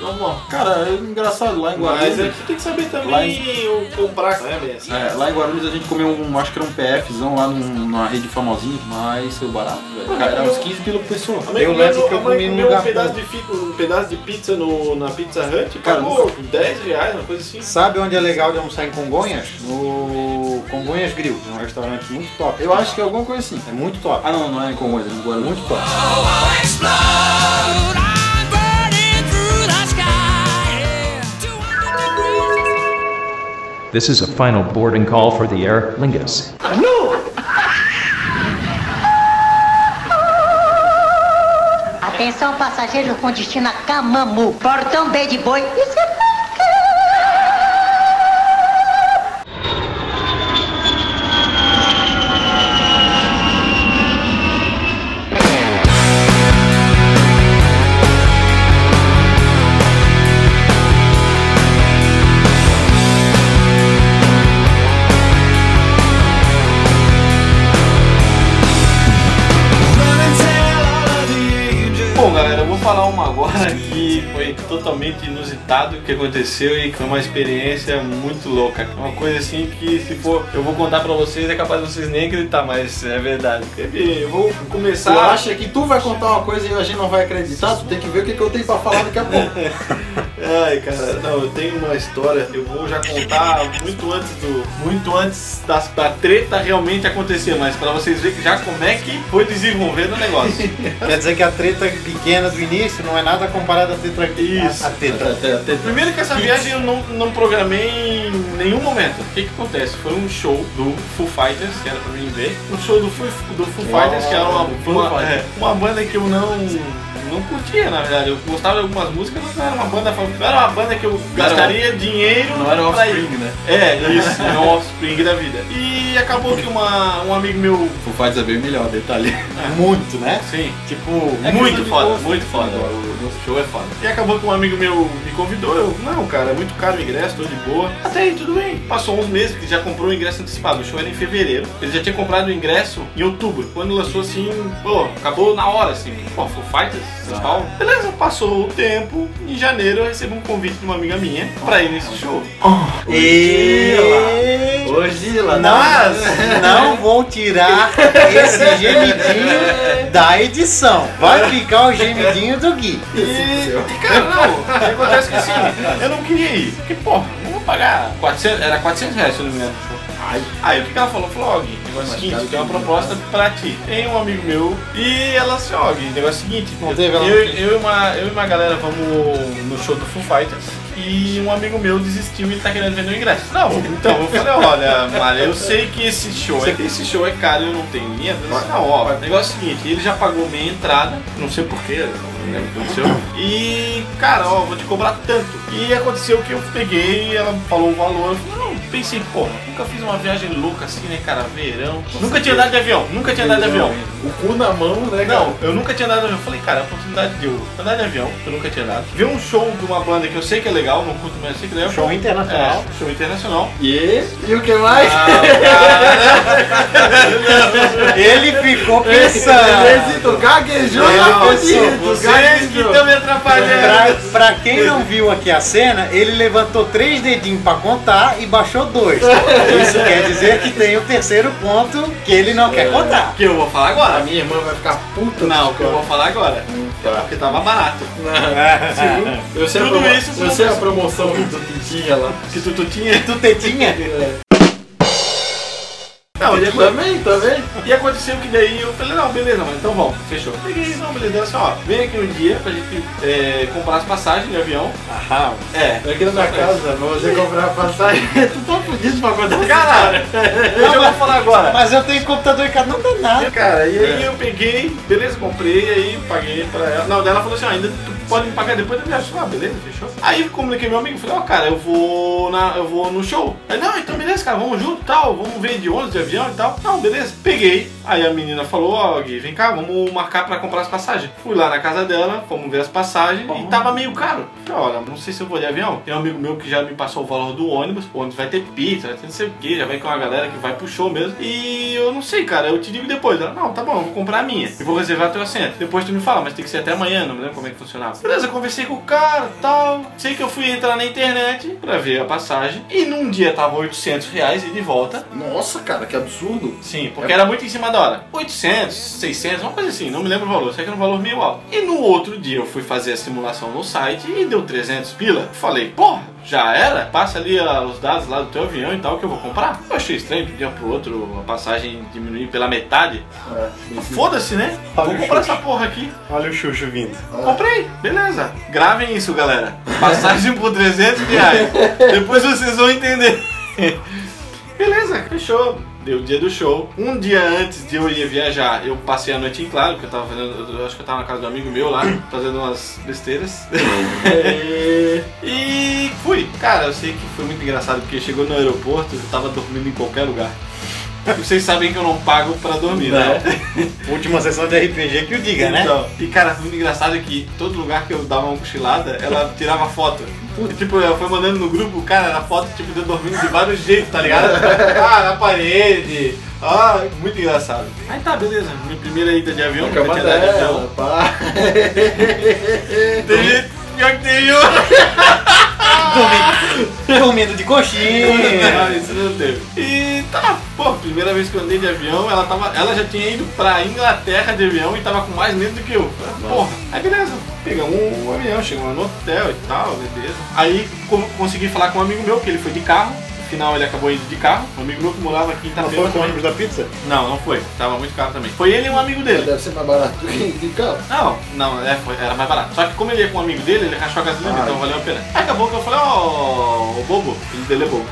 Normal. Cara, é engraçado lá em Guarulhos. Mas é que tu tem que saber Lá também o comprar, né, bem assim. É, lá em Guarulhos a gente comeu um, acho que era um PFzão lá num- numa rede famosinha, mas saiu barato, velho. Cara, era uns 15 pila por pessoa. A mãe Eu comeu- lembro que eu a mãe comi num comeu lugar um pedaço, de fi- um pedaço de pizza no, na Pizza Hut e Cara, pagou 10 reais, uma coisa assim. Sabe onde é legal de almoçar em Congonhas? No Congonhas Grill. É um restaurante muito top. Eu acho que é alguma coisa assim. é muito top. Ah não, não é em Congonhas, é em Guarulhos. Muito top. I'm burning through the sky. yeah. 200 degrees. This is a final boarding call for the Aer Lingus. Atenção, passageiros com destino a Camamu, Portão B de Boi. Isso é... Bom, galera, eu vou falar uma agora que foi totalmente inusitado o que aconteceu e que foi uma experiência muito louca. Uma coisa assim que, se for, eu vou contar pra vocês, é capaz de vocês nem acreditar, mas é verdade. Teve- Eu vou Tu começar. acha que tu vai contar uma coisa e a gente não vai acreditar? Tu tem que ver o que, que eu tenho pra falar daqui a pouco. Ai, cara, não, eu tenho uma história, eu vou já contar muito antes do. Muito antes da, da treta realmente acontecer, mas pra vocês verem já como é que foi desenvolvendo o negócio. Quer dizer que a treta pequena do início não é nada comparada à treta Isso. A, a treta. Primeiro que essa viagem eu não, não programei em nenhum momento. O que que acontece? Foi um show do Foo Fighters, que era pra mim ver. Um show do Foo, do Foo Fighters, que era uma, Foo uma, Fighters. é, uma banda que eu não, não curtia, na verdade. Eu gostava de algumas músicas, mas não era uma banda fam- Não era uma banda que eu gastaria dinheiro Não era o pra ir. Offspring, né? É, isso. É um offspring da vida. E acabou que uma, um amigo meu... O Fighters é bem melhor, detalhe. Muito, né? Sim. É Tipo, muito foda, muito foda. O Deus, o show é foda. E acabou que um amigo meu me convidou, eu, não, cara, é muito caro o ingresso, tô de boa. Até aí, tudo bem. Passou uns meses que já comprou o ingresso antecipado, o show era em fevereiro. Ele já tinha comprado o ingresso em outubro. Quando lançou assim, pô, acabou na hora, assim, pô, Foo Fighters, São Paulo. Beleza, passou o tempo, em janeiro eu recebo um convite de uma amiga minha pra ir nesse show. Eita. Godzilla, Mas não vou tirar esse gemidinho da edição. Vai ficar o gemidinho do Gui. E, e, cara, não, o que acontece é que assim, eu não queria ir. Porque, porra, eu vou pagar 400, era 400 reais, se eu não me engano. Aí o que que ela falou? Falou, ó, Gui, negócio seguinte, eu tenho uma proposta pra ti. Tem um amigo meu e ela assim, ó, Gui, negócio seguinte, Não teve eu, ela eu, e uma, eu e uma galera vamos no show do Foo Fighters e um amigo meu desistiu e tá querendo vender o ingresso. Não, então eu falei, olha, Mara, eu sei que esse show é, esse show é caro eu não tenho minha. Eu disse, Não, ó, o negócio é o seguinte, ele já pagou minha entrada, não sei porquê, né, não lembro o que aconteceu. E, cara, ó, vou te cobrar tanto. E aconteceu que eu peguei, ela falou um valor, eu falei, não, pensei, pô, nunca fiz uma viagem louca assim, né, cara, verão. Nunca tinha andado de avião, nunca tinha andado de avião. O cu na mão, né, Não, eu nunca tinha andado de avião. Eu falei, cara, é a oportunidade de eu andar de avião, eu nunca tinha andado. Ver um show de uma banda que eu sei que é legal, não curto, mas eu sei que é legal. Show internacional. É, show internacional. E, e o que mais? Ele ficou pensando. Exito, gaguejou Não, na sou Vocês Ah, que estão me atrapalhando. É Pra, pra quem não viu aqui a cena, ele levantou três dedinhos pra contar e baixou dois. Isso quer dizer que tem o terceiro ponto que ele não quer contar. Que eu vou falar A agora. minha irmã vai ficar puta. Tá. Não, o que eu vou falar agora. É porque tava barato. É. Eu sei Tudo a promo- isso Eu sei a promoção que tu tinha lá. Que tu, tu tinha. Tu tetinha? É. Não, Eu tipo, também, também. E aconteceu que daí eu falei, não, beleza, mas então vamos, fechou. Peguei, não, beleza, assim, ó, vem aqui um dia pra gente é, comprar as passagens de avião. Aham. É. Aqui na minha casa, pra você comprar a passagem, tu tá fudido pra contar essa Caralho, eu já vou falar agora. Mas eu tenho computador em casa, não dá nada. Cara, e aí eu peguei, beleza, comprei, aí paguei pra ela. Não, daí ela falou assim, ó, ainda tu pode me pagar depois da viagem. Eu falei, Ah, beleza, fechou. Aí eu comuniquei meu amigo, falei, ó, cara, eu vou na, eu vou no show. Aí, não, então beleza, cara, vamos junto e tal, vamos ver de ônibus, de avião e tal. Não, beleza. Peguei. Aí a menina falou, ó, Gui, vem cá, vamos marcar pra comprar as passagens. Fui lá na casa dela, fomos ver as passagens e tava meio caro. Falei, olha, não sei se eu vou de avião. Tem um amigo meu que já me passou o valor do ônibus. O ônibus vai ter pizza, vai ter não sei o que, já vai com uma galera que vai pro show mesmo. E eu não sei, cara, eu te digo depois. Ela, não, tá bom, eu vou comprar a minha. E vou reservar teu assento. Depois tu me fala, mas tem que ser até amanhã, não me lembro como é que funcionava. Beleza, eu conversei com o cara tal. Sei que eu fui entrar na internet pra ver a passagem. E num dia tava 800 reais e de volta. Nossa, cara, que absurdo. Sim, porque era muito em cima da hora. 800, 600, uma coisa assim, não me lembro o valor, sei que era um valor meio alto. E no outro dia eu fui fazer a simulação no site e deu 300 pila. Falei, porra, já era? Passa ali ah, os dados lá do teu avião e tal que eu vou comprar. Eu achei estranho, de um dia pro outro a passagem diminuir pela metade. Foda-se, né? Vou comprar essa porra aqui. Olha o Xuxo vindo. É. Comprei, beleza. Gravem isso, galera. Passagem por 300 reais. Depois vocês vão entender. Beleza, fechou. Deu o dia do show. Um dia antes de eu ir viajar, eu passei a noite em claro, porque eu tava fazendo. Eu acho que eu tava na casa do amigo meu lá, fazendo umas besteiras. e fui. Cara, eu sei que foi muito engraçado, porque chegou no aeroporto, eu tava dormindo em qualquer lugar. Vocês sabem que eu não pago pra dormir, né? Última sessão de RPG que o diga, né? Então, e cara, muito engraçado é que todo lugar que eu dava uma cochilada, ela tirava foto. E, tipo, ela foi mandando no grupo, cara, era foto, tipo, de eu dormindo de vários jeitos, tá ligado? ah, na parede. Ah, muito engraçado. Aí tá, beleza. Minha primeira ida de avião, nunca tinha andado de avião. dela, pá. Tem gente, pior que tem um. Dormindo, dormindo de Não, coxinha. isso não teve. E tá, pô, primeira vez que eu andei de avião, ela, tava, ela já tinha ido pra Inglaterra de avião e tava com mais medo do que eu. Porra, aí beleza, pegamos um avião, chegamos no hotel e tal, beleza. Aí co- consegui falar com um amigo meu, que ele foi de carro. No final ele acabou indo de carro. Um amigo meu que morava aqui em Não Itapema. foi com o também. ônibus da pizza? não, não foi. Tava muito caro também. Foi ele e um amigo dele. Deve ser mais barato que que carro. Não, não, é, foi- era mais barato. Só que como ele ia com um amigo dele, ele rachou a gasolina, Ah, então valeu a pena. Aí acabou que eu falei, ó, ô bobo, ele dele é bobo.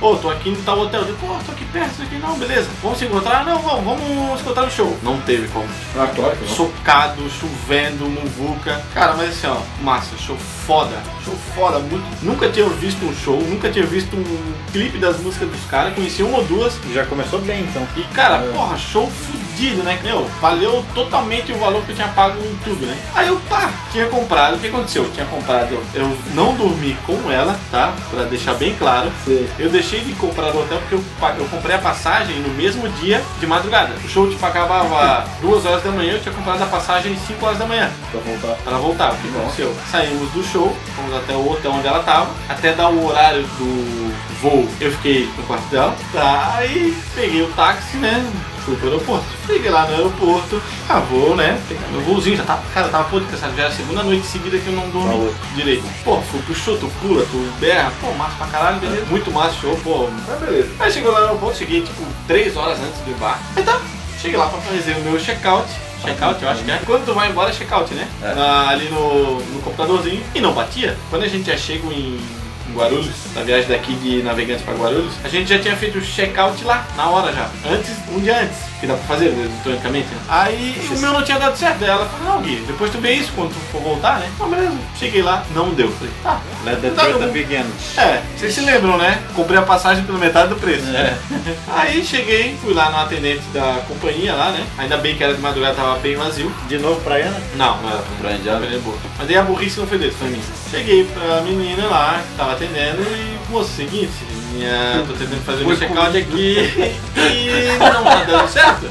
Ô, tô aqui no tal hotel. Eu disse, pô, tô aqui perto, isso aqui não, beleza. Vamos se encontrar? Não, vamos, vamos se encontrar no show. Não teve como. Ah, claro que Socado, chovendo, muvuca. Cara, mas assim, ó, massa, show foda. Show foda, muito. Nunca tinha visto um show, nunca tinha visto um clipe das músicas dos caras. Conheci uma ou duas. Já começou bem, então. E cara, porra, show fudido. fudido, né? Meu, valeu totalmente o valor que eu tinha pago em tudo, né? Aí eu, pá, tinha comprado. O que aconteceu? Eu tinha comprado, eu não dormi com ela, tá? Pra deixar bem claro. Eu deixei de comprar no hotel porque eu, pa- eu comprei a passagem no mesmo dia de madrugada. O show tipo, acabava 2 horas da manhã, eu tinha comprado a passagem 5 horas da manhã Pra voltar. pra voltar. O que aconteceu? Saímos do show, fomos até o hotel onde ela tava, até dar o horário do voo, eu fiquei no quarto dela. Tá, aí peguei o táxi, né? Fui pro aeroporto. Cheguei lá no aeroporto, ah, vou, né? Pegar meu voozinho, já tava, cara, eu tava puto, que essa já era a segunda noite seguida que eu não dormi Falou. direito. Pô, fui pro show, tu pula, tu berra, pô, massa pra caralho, beleza. Muito massa o show, pô, mas beleza. Aí chegou lá no aeroporto, cheguei tipo 3 horas antes do embarque. Aí tá, cheguei lá pra fazer o meu check-out. Check-out, eu acho que é. Quando tu vai embora, é check-out, né? É. Na- ali no, no computadorzinho. E não batia. Quando a gente já chega em em Guarulhos, na viagem daqui de Navegantes pra Guarulhos, a gente já tinha feito o check-out lá, na hora já. Antes, um dia antes, que dá pra fazer né, eletronicamente. né? Aí o meu não tinha dado certo. Daí ela falou, não, Gui, depois tu vê isso quando tu for voltar, né? Não, beleza. Cheguei lá, não deu. Falei, tá. Let the Tá bom. treta begin. É, vocês se lembram, né? Comprei a passagem pela metade do preço. Aí cheguei, fui lá no atendente da companhia lá, né? Ainda bem que era de madrugada, tava bem vazio. De novo pra Ana? Não, não era Pra Indiana. Foi boa. é Mas aí a burrice não foi desse, foi minha. Cheguei pra menina lá, que tava atendendo, e, moço, seguinte, minha... tô tentando fazer meu check-out aqui e não tá dando certo.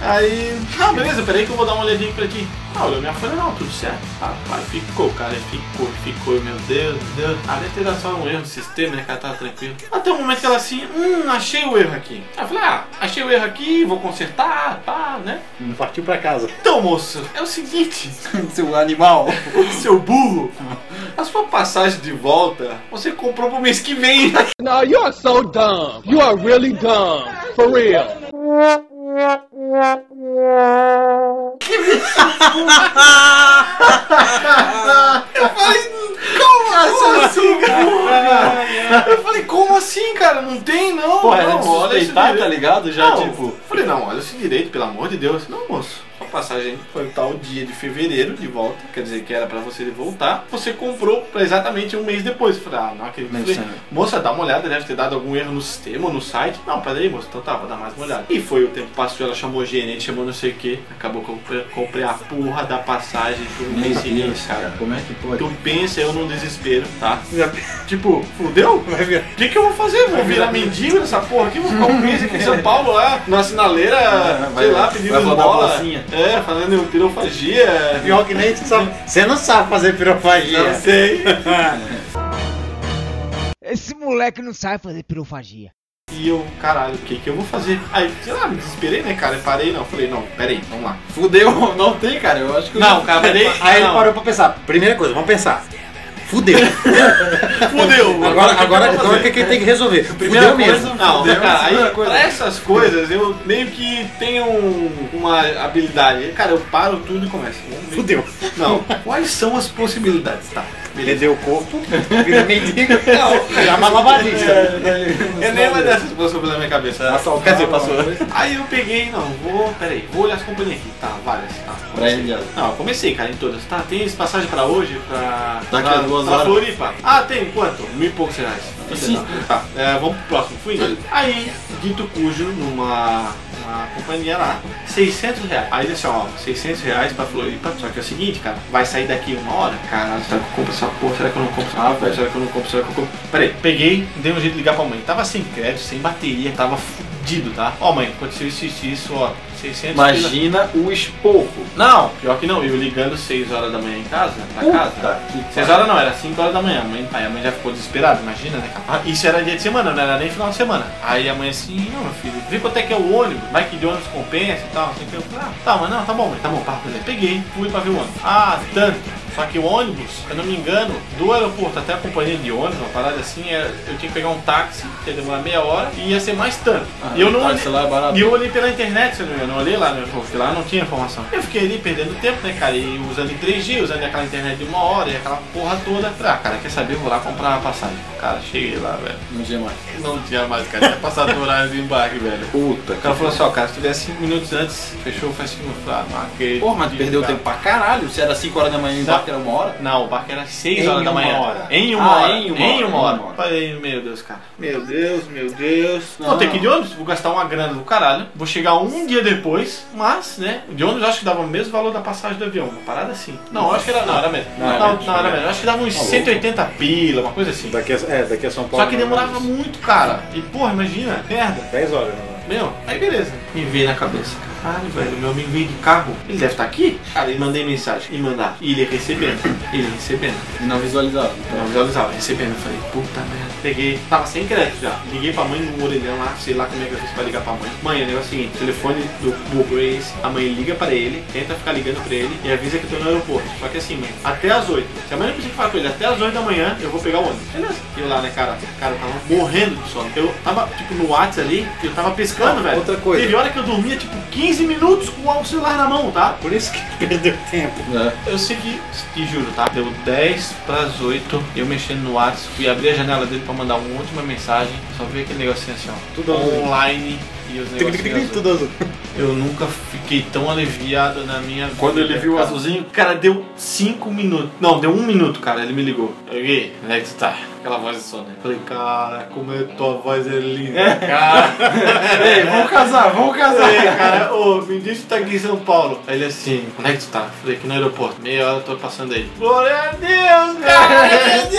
Aí, não, beleza, peraí que eu vou dar uma olhadinha pra ti. Ah, olhou minha folha, não, tudo certo. Rapaz, ficou, cara, ficou, ficou, meu Deus, meu Deus. Ah, deve ter dado só um erro no sistema, né, que ela tava tranquila. Até o momento que ela assim, hum, achei o erro aqui. Aí eu falei, ah, achei o erro aqui, vou consertar, pá, né. Não partiu pra casa. Então, moço, é o seguinte, Seu animal. seu burro, a sua passagem de volta você comprou pro mês que vem. Now you're so dumb. You are really dumb. For real. Eu falei, como assim, cara? Eu falei, como assim, cara? Não tem, não. Pô, não, era de olha esse suspeitar, tá direito. ligado? Já, Não, tipo. Falei, não, olha esse direito, pelo amor de Deus. Não, moço. Sua passagem foi um tal dia de fevereiro de volta, quer dizer que era pra você voltar. Você comprou pra exatamente um mês depois. Falei, ah, não acredito. Não Falei, sei. moça, dá uma olhada, deve ter dado algum erro no sistema, no site. Não, peraí, moço, então tá, vou dar mais uma olhada. E foi o tempo passou, ela chamou o gerente, chamou não sei o que. Acabou que eu compre- comprei a porra da passagem pro mês seguinte, cara. Como é que pode? Tu pensa eu num desespero, tá? Tipo, fudeu? Vai ver. O que, que eu vou fazer? Vou virar mendigo nessa porra aqui? Vou ficar um mês aqui em São Paulo lá, na sinaleira, vai- sei lá, vai pedindo rodar bola. bolsinha. É, fazendo pirofagia. Pior que nem tu sabe. Você não sabe fazer Não pirofagia. sei. Esse moleque não sabe fazer pirofagia. E eu, caralho, o que que eu vou fazer? Aí, sei lá, me desesperei, né, cara? Eu Parei, não. Falei, não, peraí, vamos lá. Fudeu, não tem, cara. Eu acho que. Não, cara, peraí. Aí ele não. parou pra pensar. Primeira coisa, vamos pensar. Fudeu. Fudeu. Agora, agora, agora o que que eu vou o fazer? que, que tem que resolver? Primeira Fudeu coisa, mesmo. Não, Fudeu, cara, aí, primeira coisa. pra essas coisas eu meio que tenho um- uma habilidade. Cara, eu paro tudo e começo. Vamos ver. Fudeu. Não, quais são as possibilidades? Tá, beleza. Perdeu o corpo, vira mendigo, Não, já malabarista. É, eu nem uma dessas passou pela minha cabeça. Assaltar Quer dizer, alguma passou. coisa. Tá, Aí eu peguei, não, vou, peraí, vou olhar as companhias aqui. Tá, várias, tá. Pra ele, ó. Não, eu comecei, cara, em todas. Tá, tem esse passagem pra hoje, pra. Daqui pra, a duas pra horas. Floripa. Ah, tem quanto? Mil e poucos reais. Sim. Tá, é, vamos pro próximo. Fui indo. Aí, dito cujo, numa uma companhia lá, 600 reais. Aí ele assim, ó, 600 reais pra Floripa. Só que é o seguinte, cara, vai sair daqui uma hora? Caralho, será que eu compro essa porra? Será que eu não compro? Ah, velho, será que eu não compro? Será que eu compro? Peraí, peguei, dei um jeito de ligar pra mãe. Tava sem crédito, sem bateria, tava fudido, tá? Ó, mãe, aconteceu isso, isso, isso, ó, 600 pila. Imagina o esporro. Não! Pior que não, eu ligando 6 horas da manhã em casa, pra Puta casa. que 6 horas não, era 5 horas da manhã. A mãe, aí a mãe já ficou desesperada, imagina, né? cara? Ah, Isso era dia de semana, não era nem final de semana. Aí a mãe assim, não, meu filho, vê quanto é que é o ônibus, vai que de ônibus compensa e tal. Assim, eu falei, ah, tá, mas não, tá bom, mãe, tá bom, pá, beleza. Peguei, fui pra ver o ônibus. Ah, tanto. Só que o ônibus, se eu não me engano, do aeroporto até a companhia de ônibus, uma parada assim, era- eu tinha que pegar um táxi, que ia demorar meia hora, e ia ser mais tanto. Ah, e eu não táxi lá é barato. e eu olhei pela internet, se eu não me engano, eu olhei lá no YouTube, lá não tinha informação. Eu fiquei ali perdendo tempo, né, cara, e usando em 3G, usando aquela internet de uma hora e aquela porra toda. Falei, ah, cara, quer saber, eu vou lá comprar uma passagem. Cara, cheguei lá, velho. Não tinha mais. Não tinha mais, cara, tinha passado do horário de embarque, velho. Puta. O cara falou assim, ó, cara, se tu der 5 minutos antes, fechou o fast food. Eu Falei, ah, não acredito. assim, Porra, mas tu perdeu cara. tempo pra caralho. Se era 5 horas da manhã e Não, barco era uma hora? Não, o barco era às 6 Em horas da uma manhã. hora. Em uma Ah, hora. em uma em hora, uma hora. em uma hora. Falei, meu Deus, cara. Meu Deus, meu Deus. Vou Não. ter que ir de ônibus, vou gastar uma grana do caralho. Vou chegar um dia depois, mas, né? De ônibus eu acho que dava o mesmo valor da passagem do avião. Uma parada assim. Não, eu acho que era. Não, era mesmo. Não, Não, era não, menos, era né? mesmo. Eu acho que dava uns louco. 180 pila, uma coisa assim. Daqui a, é, daqui a São Paulo. Só que não, demorava mas- muito, cara. E porra, imagina, merda. 10 horas, né? não. Meu, aí beleza. Me veio na cabeça. Caralho, velho, meu amigo veio de carro. Ele deve estar aqui? Cara, e mandei mensagem. E mandar. E ele recebendo. Ele recebendo. E não visualizava. Eu não visualizava, recebendo. Eu falei, puta merda. Peguei, tava sem crédito já. Liguei pra mãe no orelhão lá, sei lá como é que eu fiz pra ligar pra mãe. Mãe, o negócio é o seguinte: o telefone do Google é esse. A mãe liga pra ele, tenta ficar ligando pra ele e avisa que eu tô no aeroporto. Só que assim, mãe, até as 8. Se a mãe não conseguir falar com ele até as 8 da manhã, eu vou pegar o ônibus. Beleza. E eu lá, né, cara? Cara, eu tava morrendo de sono. Eu tava, tipo, no WhatsApp ali, que eu tava pescando, velho. Ah, Outra coisa. Teve hora que eu dormia, tipo, 15 minutos com o celular na mão, tá? Por isso que perdeu tempo. É. Eu segui, te juro, tá? Deu 10 pras 8, eu mexendo no WhatsApp, fui abrir a janela dele pra mandar uma última mensagem, só vi aquele negocinho assim, ó. Tudo azul. online e os Tic, tic, tic, negocinhos tic, azul. Tudo azul. Eu nunca fiquei tão aliviado na minha vida. Quando ele viu o cara. azulzinho? Cara, deu 5 minutos. Não, deu 1 um minuto, cara, ele me ligou. Eu liguei, onde é que tu tá? Aquela voz de sono. né? Falei, cara, como é tua voz é linda, cara. Ei, vamos casar, vamos casar. Ei, cara, ô, me diz que tá aqui em São Paulo. Aí ele assim, onde é que tu tá? Falei, aqui no aeroporto. Meia hora eu tô passando aí. Glória a Deus, cara! Meu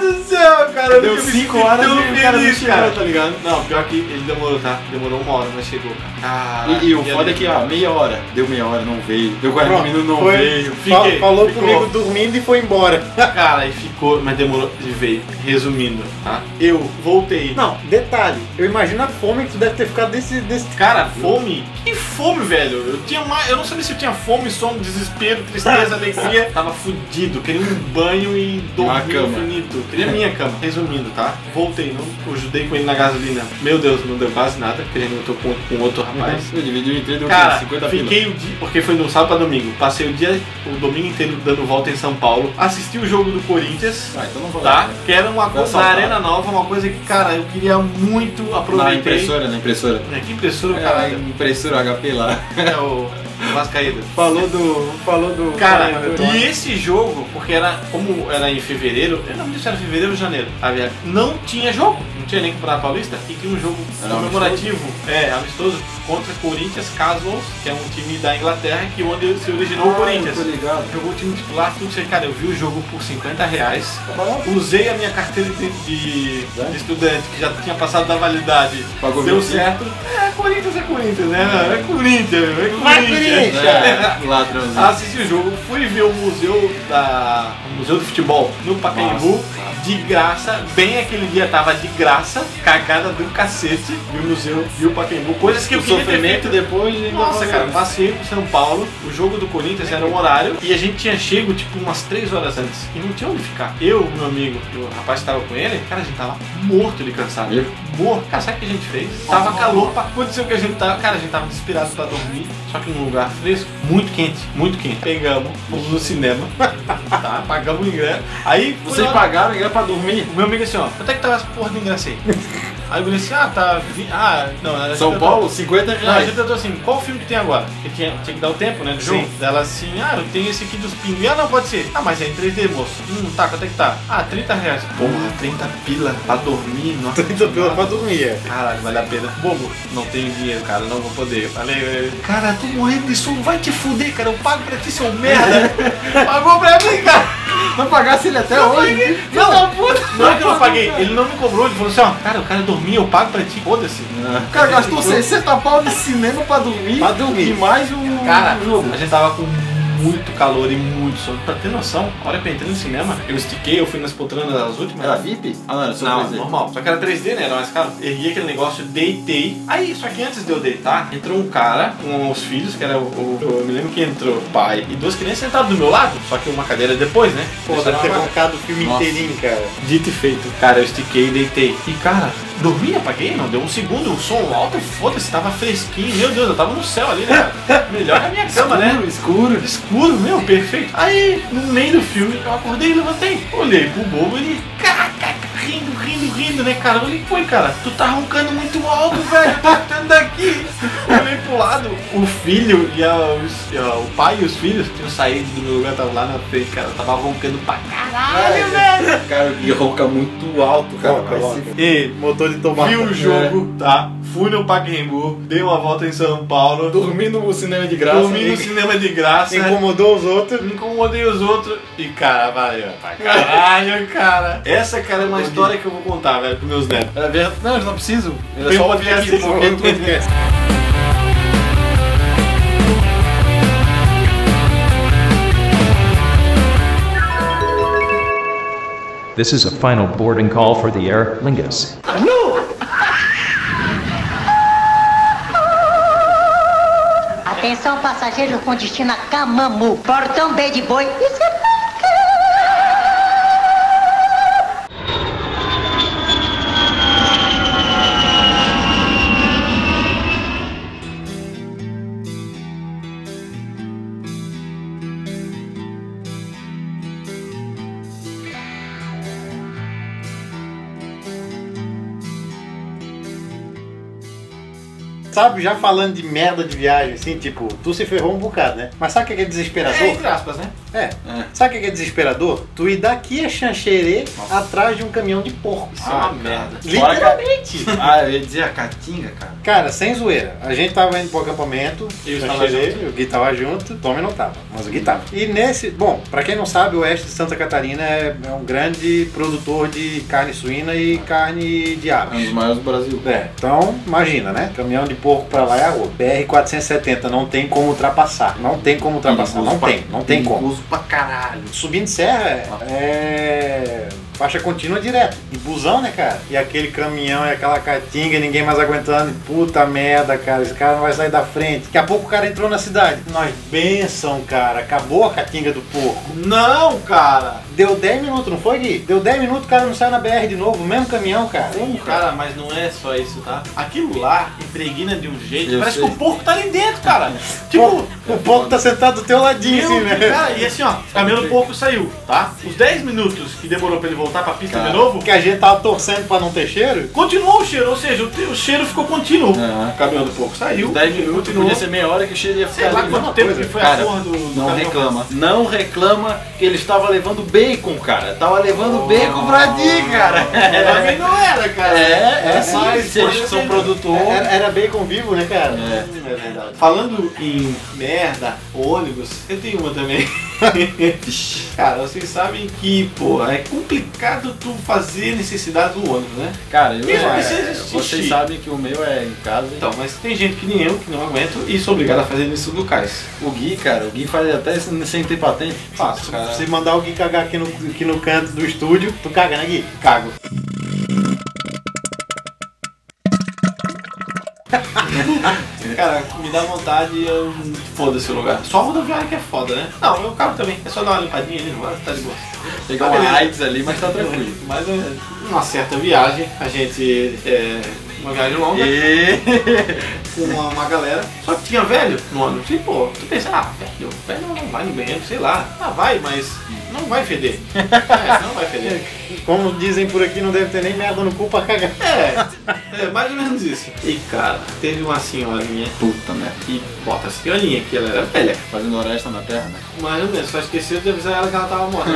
Deus do céu, cara! eu Deu nunca me cinco senti horas tão e o cara não feliz, chegou. cara, tá ligado? Não, pior que ele demorou, tá? Demorou uma hora, mas chegou, cara. E, e o Caraca, foda é que, ó, meia hora. Deu meia hora, não veio. Deu 40 Pronto, minutos, não foi. veio. Fa- Fiquei, falou ficou. comigo dormindo e foi embora. Cara, e ficou, mas demorou, ele veio. Resumindo, tá? Eu voltei. Não, detalhe. Eu imagino a fome que tu deve ter ficado desse. desse... Cara, fome? Que fome, velho? Eu tinha mais. Eu não sabia se eu tinha fome, sono, desespero, tristeza, alegria. Tava fudido, queria um banho e Uma dormir cama. infinito. Queria minha cama. Resumindo, tá? Voltei, não ajudei com ele na gasolina. Meu Deus, não deu quase nada, porque ele juntou com, com outro rapaz. Eu dividi em três, deu Uhum. Cara, 50 pila. fiquei o dia, porque foi no sábado pra domingo. Passei o dia, o domingo inteiro dando volta em São Paulo. Assisti o jogo do Corinthians. Ah, então não vou Tá? lá, né? Que era uma Vou coisa na saltar. Arena Nova, uma coisa que, cara, eu queria muito Na aproveitei. impressora, na impressora. Né, Que impressora, É, a caralho. impressora HP lá. É o Vascaído. Falou do. Falou do. Cara, né? falou do- e esse jogo, porque era como era em fevereiro, eu não lembro se era fevereiro ou janeiro, sabe? Não tinha jogo, não tinha nem Campeonato Paulista, e tinha um jogo Era comemorativo, é, amistoso, contra Corinthians Casuals, que é um time da Inglaterra, que onde se originou o Corinthians. Ah, Tô ligado. Jogou o time titular, tudo isso aí, cara. Eu vi o jogo por 50 reais. Usei a minha carteira de, de- de estudante, que já tinha passado da validade. Pagou Deu mil cem. certo. É, Corinthians é Corinthians, né? É Corinthians, é Corinthians. Vai, Corinthians! É, ladrãozinho. Assisti o jogo, fui ver o museu da o museu do futebol no Pacaembu de graça, bem aquele dia tava de graça, cagada do cacete, e o museu e o Pacaembu, coisas que eu o queria ter sofrimento feito depois de nossa, cara, passei pro São Paulo, o jogo do Corinthians era um horário e a gente tinha chego tipo umas 3 horas antes e não tinha onde ficar. Eu, meu amigo, e o rapaz que tava com ele, cara, a gente tava morto de cansado. Eu? Morto. Cara, sabe o que a gente fez? Tava calor, pra... aconteceu que a gente tava. Cara, a gente tava desesperado pra dormir, só que num lugar fresco, muito quente, muito quente. Pegamos, fomos no cinema, tá? Pagamos o ingresso. Aí foi Vocês na- pagaram era pra dormir? O meu amigo assim, ó, quanto é que tava essa porra do ingresso aí? Aí eu falei assim, ah, tá. vi- Ah, não, era São Paulo, 50 não, a reais. gente tentou assim, qual filme que tem agora? Porque tinha, tinha que dar o tempo, né, do Sim. jogo. Ela assim, ah, eu tenho esse aqui dos pingos. Ah, não, pode ser. Ah, mas é em 3D, moço. Hum, tá, quanto é que tá? Ah, 30 reais. Porra, 30 pila pra dormir, nossa. 30 pila pra dormir. é. Caralho, vale a pena. Bobo, não tenho dinheiro, cara, não vou poder. Eu Falei, eh, cara, eu tô morrendo de sono, vai te fuder, cara, eu pago pra ti, seu merda. Pagou pra mim, cara. Não pagasse ele até hoje. Não, não é que eu não paguei. Ele não me cobrou, ele falou assim, ó, cara, o cara dormir, eu pago pra ti, foda-se. O cara gastou 60 pau de cinema pra dormir. Pra dormir. E mais um Cara, jogo. a gente tava com muito calor e muito sono. Pra ter noção, a hora que eu entrei no cinema, eu estiquei, eu fui nas poltronas das últimas. Era VIP? Ah, não, era só Não, prazer. normal. Só que era 3D, né? Era mais caro. Ergui aquele negócio, deitei. Aí, só que antes de eu deitar, entrou um cara com os filhos, que era o. o- eu me lembro que entrou o pai e duas crianças sentadas do meu lado, só que uma cadeira depois, né? Pô, Deixaram deve ter uma- bancado o filme Nossa. inteirinho, cara. Dito e feito. Cara, eu estiquei e deitei. E, cara, dormi, apaguei, não. Deu um segundo, o som alto, foda-se, tava fresquinho. Meu Deus, eu tava no céu ali, né? cara? Melhor que a minha cama, né? Escuro, escuro, meu, perfeito. Aí, no meio do filme, eu acordei e levantei. Olhei pro bobo e ele. "Caraca, rindo, rindo, rindo, né, cara? Eu falei, pô, cara, tu tá roncando muito alto, velho, tá ficando daqui. Olhei pro lado, o filho e a, os- e a- o pai e os filhos, eu saí do meu lugar, tava lá na frente, cara, eu tava roncando pra caralho, velho. Cara, e ronca muito alto, cara. Ronca, vai se ronca. E Motor de tomate. vi o jogo, tá? Fui no Pacaembu, dei uma volta em São Paulo, Dormindo no cinema de graça. dormi no cinema de graça. Incomodou os outros. Incomodei os outros e, cara, valeu. Pra caralho, cara. Essa, cara, é uma história que eu vou contar, velho, pros meus netos. É verdade. Não, eles não precisam. Eles Tem só um ouvir aqui, podcast, porque um tu- podcast. This is a final boarding call for the Aer Lingus. Atenção, passageiros com destino a Camamu. Portão B de boi. Isso é... Sabe, já falando de merda de viagem, assim, tipo, tu se ferrou um bocado, né? Mas sabe o que é desesperador? aspas, né? É. Sabe o que é desesperador? Tu ir daqui a Xanxerê atrás de um caminhão de porco. Isso é uma merda. Fora que- Literalmente. Ah, eu ia dizer a Caatinga, cara. Cara, sem zoeira. A gente tava indo pro acampamento, E o Gui eu tava cheguei, junto. o Gui tava junto, o Tommy não tava, mas o Gui tava. E nesse, bom, pra quem não sabe, o oeste de Santa Catarina é, é um grande produtor de carne suína e carne de É um dos aves. maiores do Brasil. É, então imagina, né? Caminhão de porco pra lá é a rua. BR-470 não tem como ultrapassar. Não tem como ultrapassar. Perigoso Não pra- tem, não tem como. Perigoso pra caralho. Subindo serra é- é faixa contínua direto. E busão, né, cara? E aquele caminhão e aquela caatinga, e ninguém mais aguentando. E Puta merda, cara, esse cara não vai sair da frente. Daqui a pouco o cara entrou na cidade. Nós, benção, cara, acabou a caatinga do porco. Não, cara. Deu 10 minutos, não foi, Gui? Deu 10 minutos, o cara não sai na BR de novo, o mesmo caminhão, cara. Cara, mas não é só isso, tá? Aquilo lá impregna de um jeito. Eu parece sei. que o porco tá ali dentro, cara. Pô, tipo, o porco tá sentado do teu ladinho, meu, assim, né? cara, e assim, ó, o caminhão do porco saiu, tá? Os 10 minutos que demorou pra ele voltar pra pista Cara. de novo, Porque a gente tava torcendo pra não ter cheiro. continuou o cheiro, ou seja, o, te- o cheiro ficou contínuo. Aham. O caminhão do porco saiu, 10 É. minutos, continuou. podia ser meia hora que o cheiro ia ficar Sei lá ali. quanto tempo que foi Cara, a porra do, do né? Não caminhão. reclama. Não reclama que ele estava levando bacon, cara. Tava levando bacon pra Oh. ti, cara. Pra mim É, não era, cara. É, é Mas, sim. É, Se por eles são exemplo, produtor. Era, era bacon vivo, né, cara? É. É verdade. Falando em merda, ônibus, eu tenho uma também. Cara, vocês sabem que, pô, é complicado tu fazer necessidade do ônibus, né? Cara, eu, Mesmo que é, seja xixi. vocês sabem que o meu é em casa. Então, mas tem gente que nem eu que não aguento e sou obrigado a fazer isso no cais. O Gui, cara, o Gui faz até sem sem ter patente. Faço, cara. Se mandar alguém cagar aqui no, aqui no canto do estúdio, tu caga, né, Gui? Cago. Cara, me dá vontade, eu. Foda-se o lugar. Só a rodoviária que é foda, né? Não, meu carro também. É só dar uma limpadinha ali no ar, tá de boa. Pegar Tá, uma beleza. AIDS ali, mas tá tranquilo. Mas é uma certa viagem, a gente. É, uma viagem longa com uma, uma galera. Só que tinha velho no ônibus. E pô, tu pensa, ah, velho, velho não vai no banheiro, sei lá. Ah, vai, mas não vai feder. É, não vai feder. Como dizem por aqui, não deve ter nem merda no cu pra cagar. É, é mais ou menos isso. E cara, teve uma senhorinha Puta, né? que bota a senhorinha, que ela era velha. Fazendo oresta na terra, né? Mais ou menos, só esqueceu de avisar ela que ela tava morta.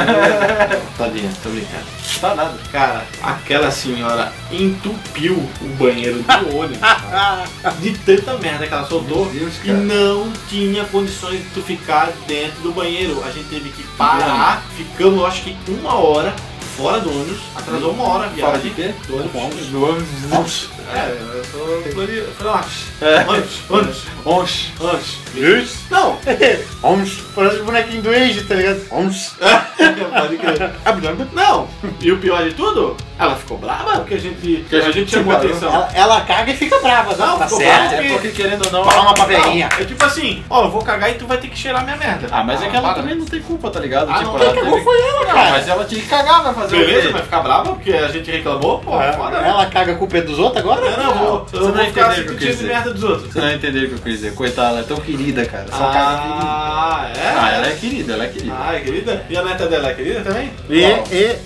Tadinha, tô brincando. Tá nada. Cara, aquela senhora entupiu o banheiro do ônibus cara, de tanta merda que ela soltou Meu Deus, e cara. não tinha condições de tu ficar dentro do banheiro. A gente teve que parar, ficamos acho que uma hora fora do ônibus, atrasou uma hora a Fala de viagem. quê? Do ônibus. Onche. É, eu sou flori- flash. É. Ônibus, ônibus, Onche. ônibus. Justo? Não, Vamos. Parece o bonequinho do Age, tá ligado? Vamos. pode crer. Abdômen. Não, e o pior de tudo, ela ficou brava porque a gente, a a gente gente chamou parou. atenção. Ela, ela caga e fica brava, Não, não? Tá ficou certo. brava. É porque querendo ou não. Palma pra Não, velhinha. É tipo assim, ó, eu vou cagar e tu vai ter que cheirar minha merda. Ah, mas é que ela para. também não tem culpa, tá ligado? Ah, tipo, não, ela quem teve- cagou foi ela, Não, cara. mas ela tinha que cagar pra fazer Beleza, o vai quê? ficar brava porque a gente reclamou, pô, foda. né? Ela caga a culpa é dos outros agora? Não, não, eu vou, Você eu não vou entendeu ficar o que eu quis sentindo de dizer. merda dos outros. Você não entendeu o que eu quis dizer. Coitada, ela é tão querida, cara. Só caga querida. um Ah, é? Ah, ela é querida, ela é querida. Ah, é querida? E a neta dela é querida também? E, e,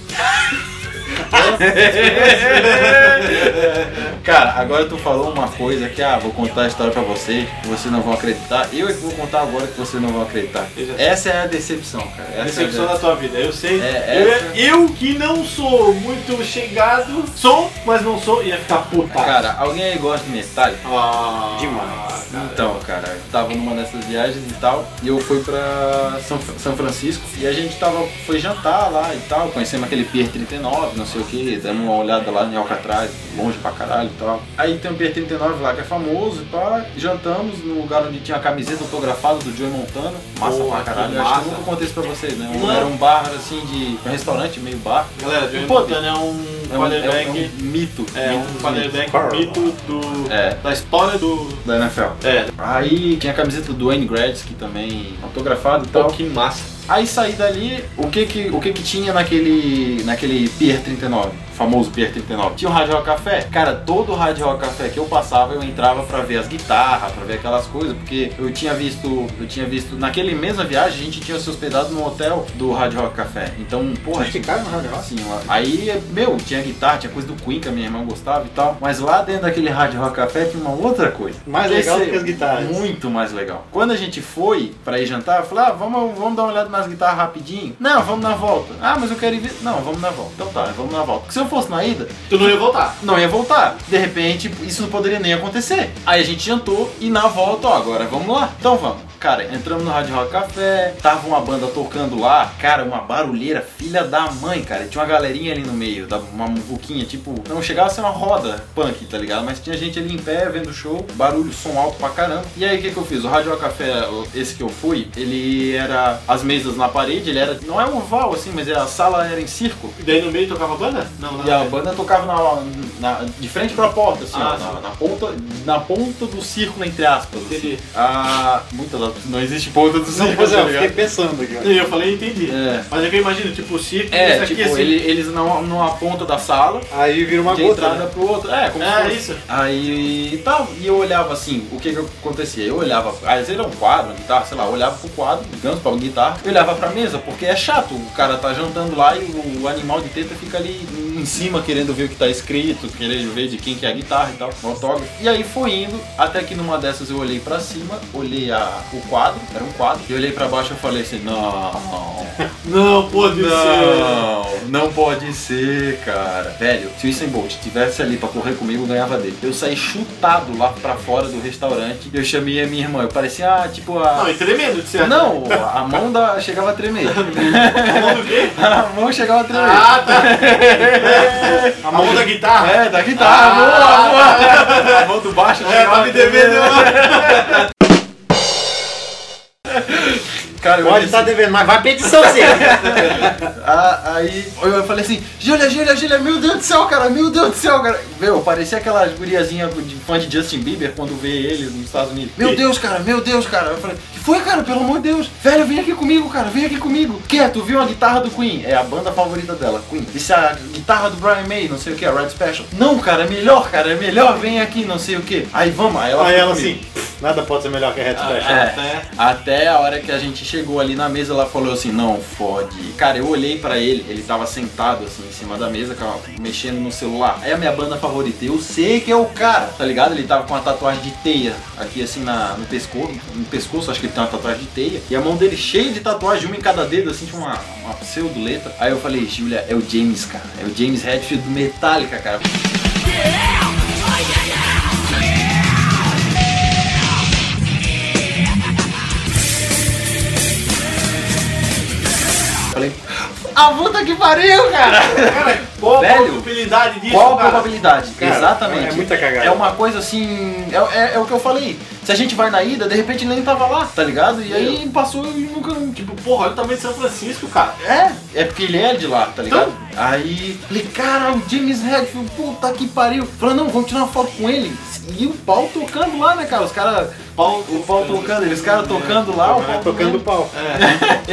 Cara, agora tu falou uma coisa que, ah, vou contar a história pra vocês, que vocês não vão acreditar. Eu é que vou contar agora que vocês não vão acreditar. Eu já sei. Essa é a decepção, cara. Essa é a Decepção da tua vida, eu sei. É, eu, essa- eu que não sou muito chegado, sou, mas não sou, ia ficar puta. Cara, alguém aí gosta de metal? Ah, Demais. Então, cara, eu tava numa dessas viagens e tal, e eu fui pra São, Fra- São Francisco, e a gente tava, foi jantar lá e tal, conhecemos aquele Pier 39, não sei o que, demos uma olhada lá em Alcatraz, longe pra caralho e tal. Aí tem um Pier 39 lá que é famoso e pá, jantamos no lugar onde tinha a camiseta autografada do Joey Montana, massa Porra, pra caralho, que eu acho que massa. eu nunca contei isso pra vocês, né? Um- Não. Era um bar, assim, de um restaurante, meio bar. Galera, Johnny Pô, Montana é um É um, é um- quarterback. é um mito. É mito um dos quarterback Carl. mito do, É. da história do. mitos Da NFL. É, Aí tinha a camiseta do Wayne Gretzky também, autografado e pô, tal. que massa. Aí saí dali, o que que, o que, que tinha naquele, naquele Pier 39? o Famoso Pier 39. Tinha o Rádio Rock Café. Cara, todo o Rádio Rock Café que eu passava, eu entrava pra ver as guitarras, pra ver aquelas coisas, porque eu tinha visto, eu tinha visto, naquele mesma viagem, a gente tinha se hospedado no hotel do Rádio Rock Café. Então, porra, Vocês ficaram no Rádio Rock? Sim, assim, lá. Aí, meu, tinha guitarra, tinha coisa do Queen que a minha irmã gostava e tal. Mas lá dentro daquele Rádio Rock Café tinha uma outra coisa. Mais legal do que as guitarras. Muito mais legal. Quando a gente foi pra ir jantar, eu falei, ah, vamos, vamos dar uma olhada nas guitarras rapidinho. Não, vamos na volta. Ah, mas eu quero ir ver. Não, vamos na volta. Então tá, vamos na volta. Porque se eu fosse na ida, Tu não ia voltar. não ia voltar. De repente, isso não poderia nem acontecer. Aí a gente jantou e na volta, ó, agora vamos lá. Então vamos. Cara, entramos no Rádio Rock Café, tava uma banda tocando lá, cara, uma barulheira, filha da mãe, cara. Tinha uma galerinha ali no meio, da- uma muvuquinha, tipo, não chegava a ser uma roda punk, tá ligado? Mas tinha gente ali em pé vendo o show, barulho, som alto pra caramba. E aí o que, que eu fiz? O Rádio Rock Café, esse que eu fui, ele era as mesas na parede, ele era. Não é um oval assim, mas a sala era em círculo. E daí no meio tocava banda? Não, E a banda tocava na, na- de frente pra porta, assim, Ah, ó, na, sim. na ponta, na ponta do círculo, entre aspas. Entendi. Assim. Ah, muita da- não existe ponta do círculo, Não, pois é, tá eu ligado? fiquei pensando aqui. ó. E eu falei, entendi. É. Mas é que eu imagino, tipo, o circo, É, isso aqui tipo, assim. ele- eles não numa ponta da sala, Aí vira uma de gota. entrada né? pro outro. É, como se É, fosse. isso. Aí e tal, e eu olhava assim, o que que acontecia? Eu olhava, às vezes era um quadro, uma guitarra, sei lá, eu olhava pro quadro, digamos, pra guitarra, eu olhava pra mesa, porque é chato, o cara tá jantando lá e o animal de teta fica ali em cima querendo ver o que tá escrito, querendo ver de quem que é a guitarra e tal, o autógrafo. E aí foi indo, até que numa dessas eu olhei pra cima, olhei a, o quadro, era um quadro, e olhei pra baixo e falei assim, não, Não, pode ser. não, não pode ser, cara. Velho, se o Usain Bolt estivesse ali pra correr comigo, eu ganhava dele. Eu saí chutado lá pra fora do restaurante. Eu chamei a minha irmã. Eu parecia, ah, tipo, Não, a... é tremendo de ser. Não, a mão da... chegava a tremer. Falando o quê? A mão chegava a tremer. Ah, tá. A mão da guitarra. É, da ah, guitarra, boa, boa. A mão do baixo É, chegava tá me a tremer. devendo. Cara, eu Pode disse- tá estar devendo, mas vai petição sim. Ah, aí eu falei assim, Júlia, Júlia, Júlia, meu Deus do céu, cara, meu Deus do céu, cara. Meu, parecia aquelas guriazinhas de fã de Justin Bieber quando vê ele nos Estados Unidos. Meu Deus, cara, meu Deus, cara. Eu falei, que foi, cara, pelo amor de Deus. Velho, vem aqui comigo, cara, vem aqui comigo. Que Tu viu a guitarra do Queen? É a banda favorita dela, Queen. Isso é a guitarra do Brian May, não sei o que, a Red Special. Não, cara, é melhor, cara, é melhor, vem aqui, não sei o que. Aí vamos, aí ela Aí foi ela comigo. assim, nada pode ser melhor que a Red Ah, Special. É, Até- até a hora que a gente chegou ali na mesa, ela falou assim, não, fode. Cara, eu olhei pra ele, ele tava sentado assim em cima da mesa, cara, mexendo no celular. É a minha banda favorita, eu sei que é o cara, tá ligado? Ele tava com uma tatuagem de teia aqui assim na, no pescoço, no pescoço, acho que ele tem uma tatuagem de teia. E a mão dele cheia de tatuagem, uma em cada dedo, assim, tinha uma, uma pseudo letra. Aí eu falei, Julia, é o James, cara. É o James Redfield do Metallica, cara. Falei, a puta que pariu, cara! Cara, qual a Velho, probabilidade disso, Qual a cara? probabilidade? Cara, Exatamente. é muita cagada. É uma coisa assim. É, é- é o que eu falei. Se a gente vai na ida, de repente ele nem tava lá, tá ligado? E aí passou e nunca. Tipo, Porra, olha o tamanho de São Francisco, cara. é, é porque ele é de lá, tá ligado? Então? Aí, falei, cara, o James Redfield, puta que pariu. Falei, não, vamos tirar uma foto com ele. E o pau tocando lá, né, cara? Os caras Pau, O pau tocando, eles caras tocando lá, o pau Tocando o pau. É,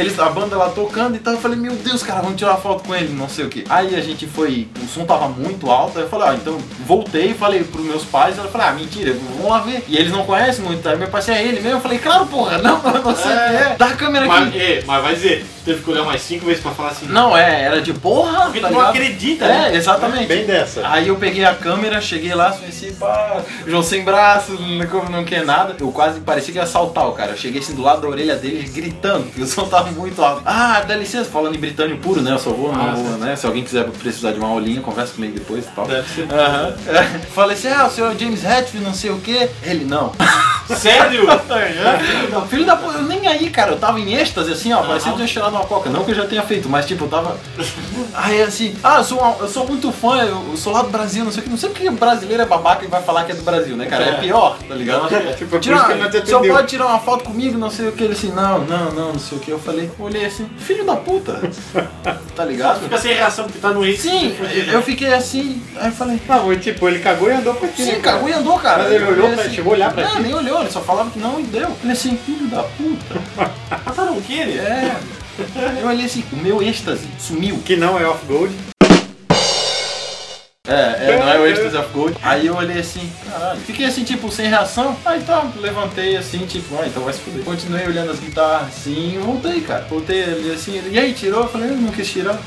Eles, a banda lá tocando, então eu falei, meu Deus, cara, vamos tirar foto com ele, não sei o que. Aí a gente foi, o som tava muito alto, aí eu falei, ah, então voltei, falei pros meus pais, ela falou, ah, mentira, vamos lá ver. E eles não conhecem muito, aí meu pai "Você é ele mesmo, eu falei, claro, porra, não, eu não sei o que é. Dá a câmera Mas, aqui. é, mas vai dizer, teve que olhar mais cinco vezes pra falar assim. Não, é, era de porra, Porque tá tu não ligado? acredita, É, né? exatamente. Bem dessa. Aí eu peguei a câmera, cheguei lá, pensei, pá, João sem braço, não, não quer nada. Eu quase parecia que ia assaltar o cara. Eu cheguei assim do lado da orelha dele gritando, porque o som tava muito alto. Ah, dá licença, falando em britânico puro, né? Eu só vou, Ah, não vou, né? Se alguém quiser precisar de uma aulinha, conversa comigo depois e tal. É. Deve ser. Aham. Falei assim, ah, o senhor é o James Hetfield, não sei o quê. Ele, não. Sério? Não, filho da puta, eu nem aí, cara. Eu tava em êxtase, assim, ó. Parecia que eu tinha cheirado uma coca. Não que eu já tenha feito, mas tipo, eu tava. Aí assim, ah, eu sou, uma- eu sou muito fã, eu, eu sou lá do Brasil, não sei o que. Não sei porque brasileiro é babaca e vai falar que é do Brasil, né, cara? É pior, tá ligado? Tipo, é por Tira isso que uma- ele não te o senhor atendeu. pode tirar uma foto comigo, não sei o que. Ele assim, não, não, não, não sei o que. Eu falei, olhei assim, filho da puta. tá ligado? Fica sem reação porque tá no ex. Sim, eu fiquei assim, aí eu falei. Não, mas, tipo, ele cagou e andou pra ti. Sim, né, cara? cagou e andou, cara. assim. Mas ele olhou pra- chegou a olhar pra não, ti? nem olhou, ele só falava que não e deu. Eu Falei assim, filho da puta. Mataram o Kenny? É. Eu olhei assim, o meu êxtase sumiu. Que não é off-gold. É, é, não é o êxtase of gold. Aí eu olhei assim, caralho. Fiquei assim, tipo, sem reação. Aí tá, levantei assim, tipo, ah, então vai se fuder. Continuei olhando as guitarras assim e voltei, cara. Voltei ali assim, ele, e aí, tirou? Eu falei, eu não quis tirar.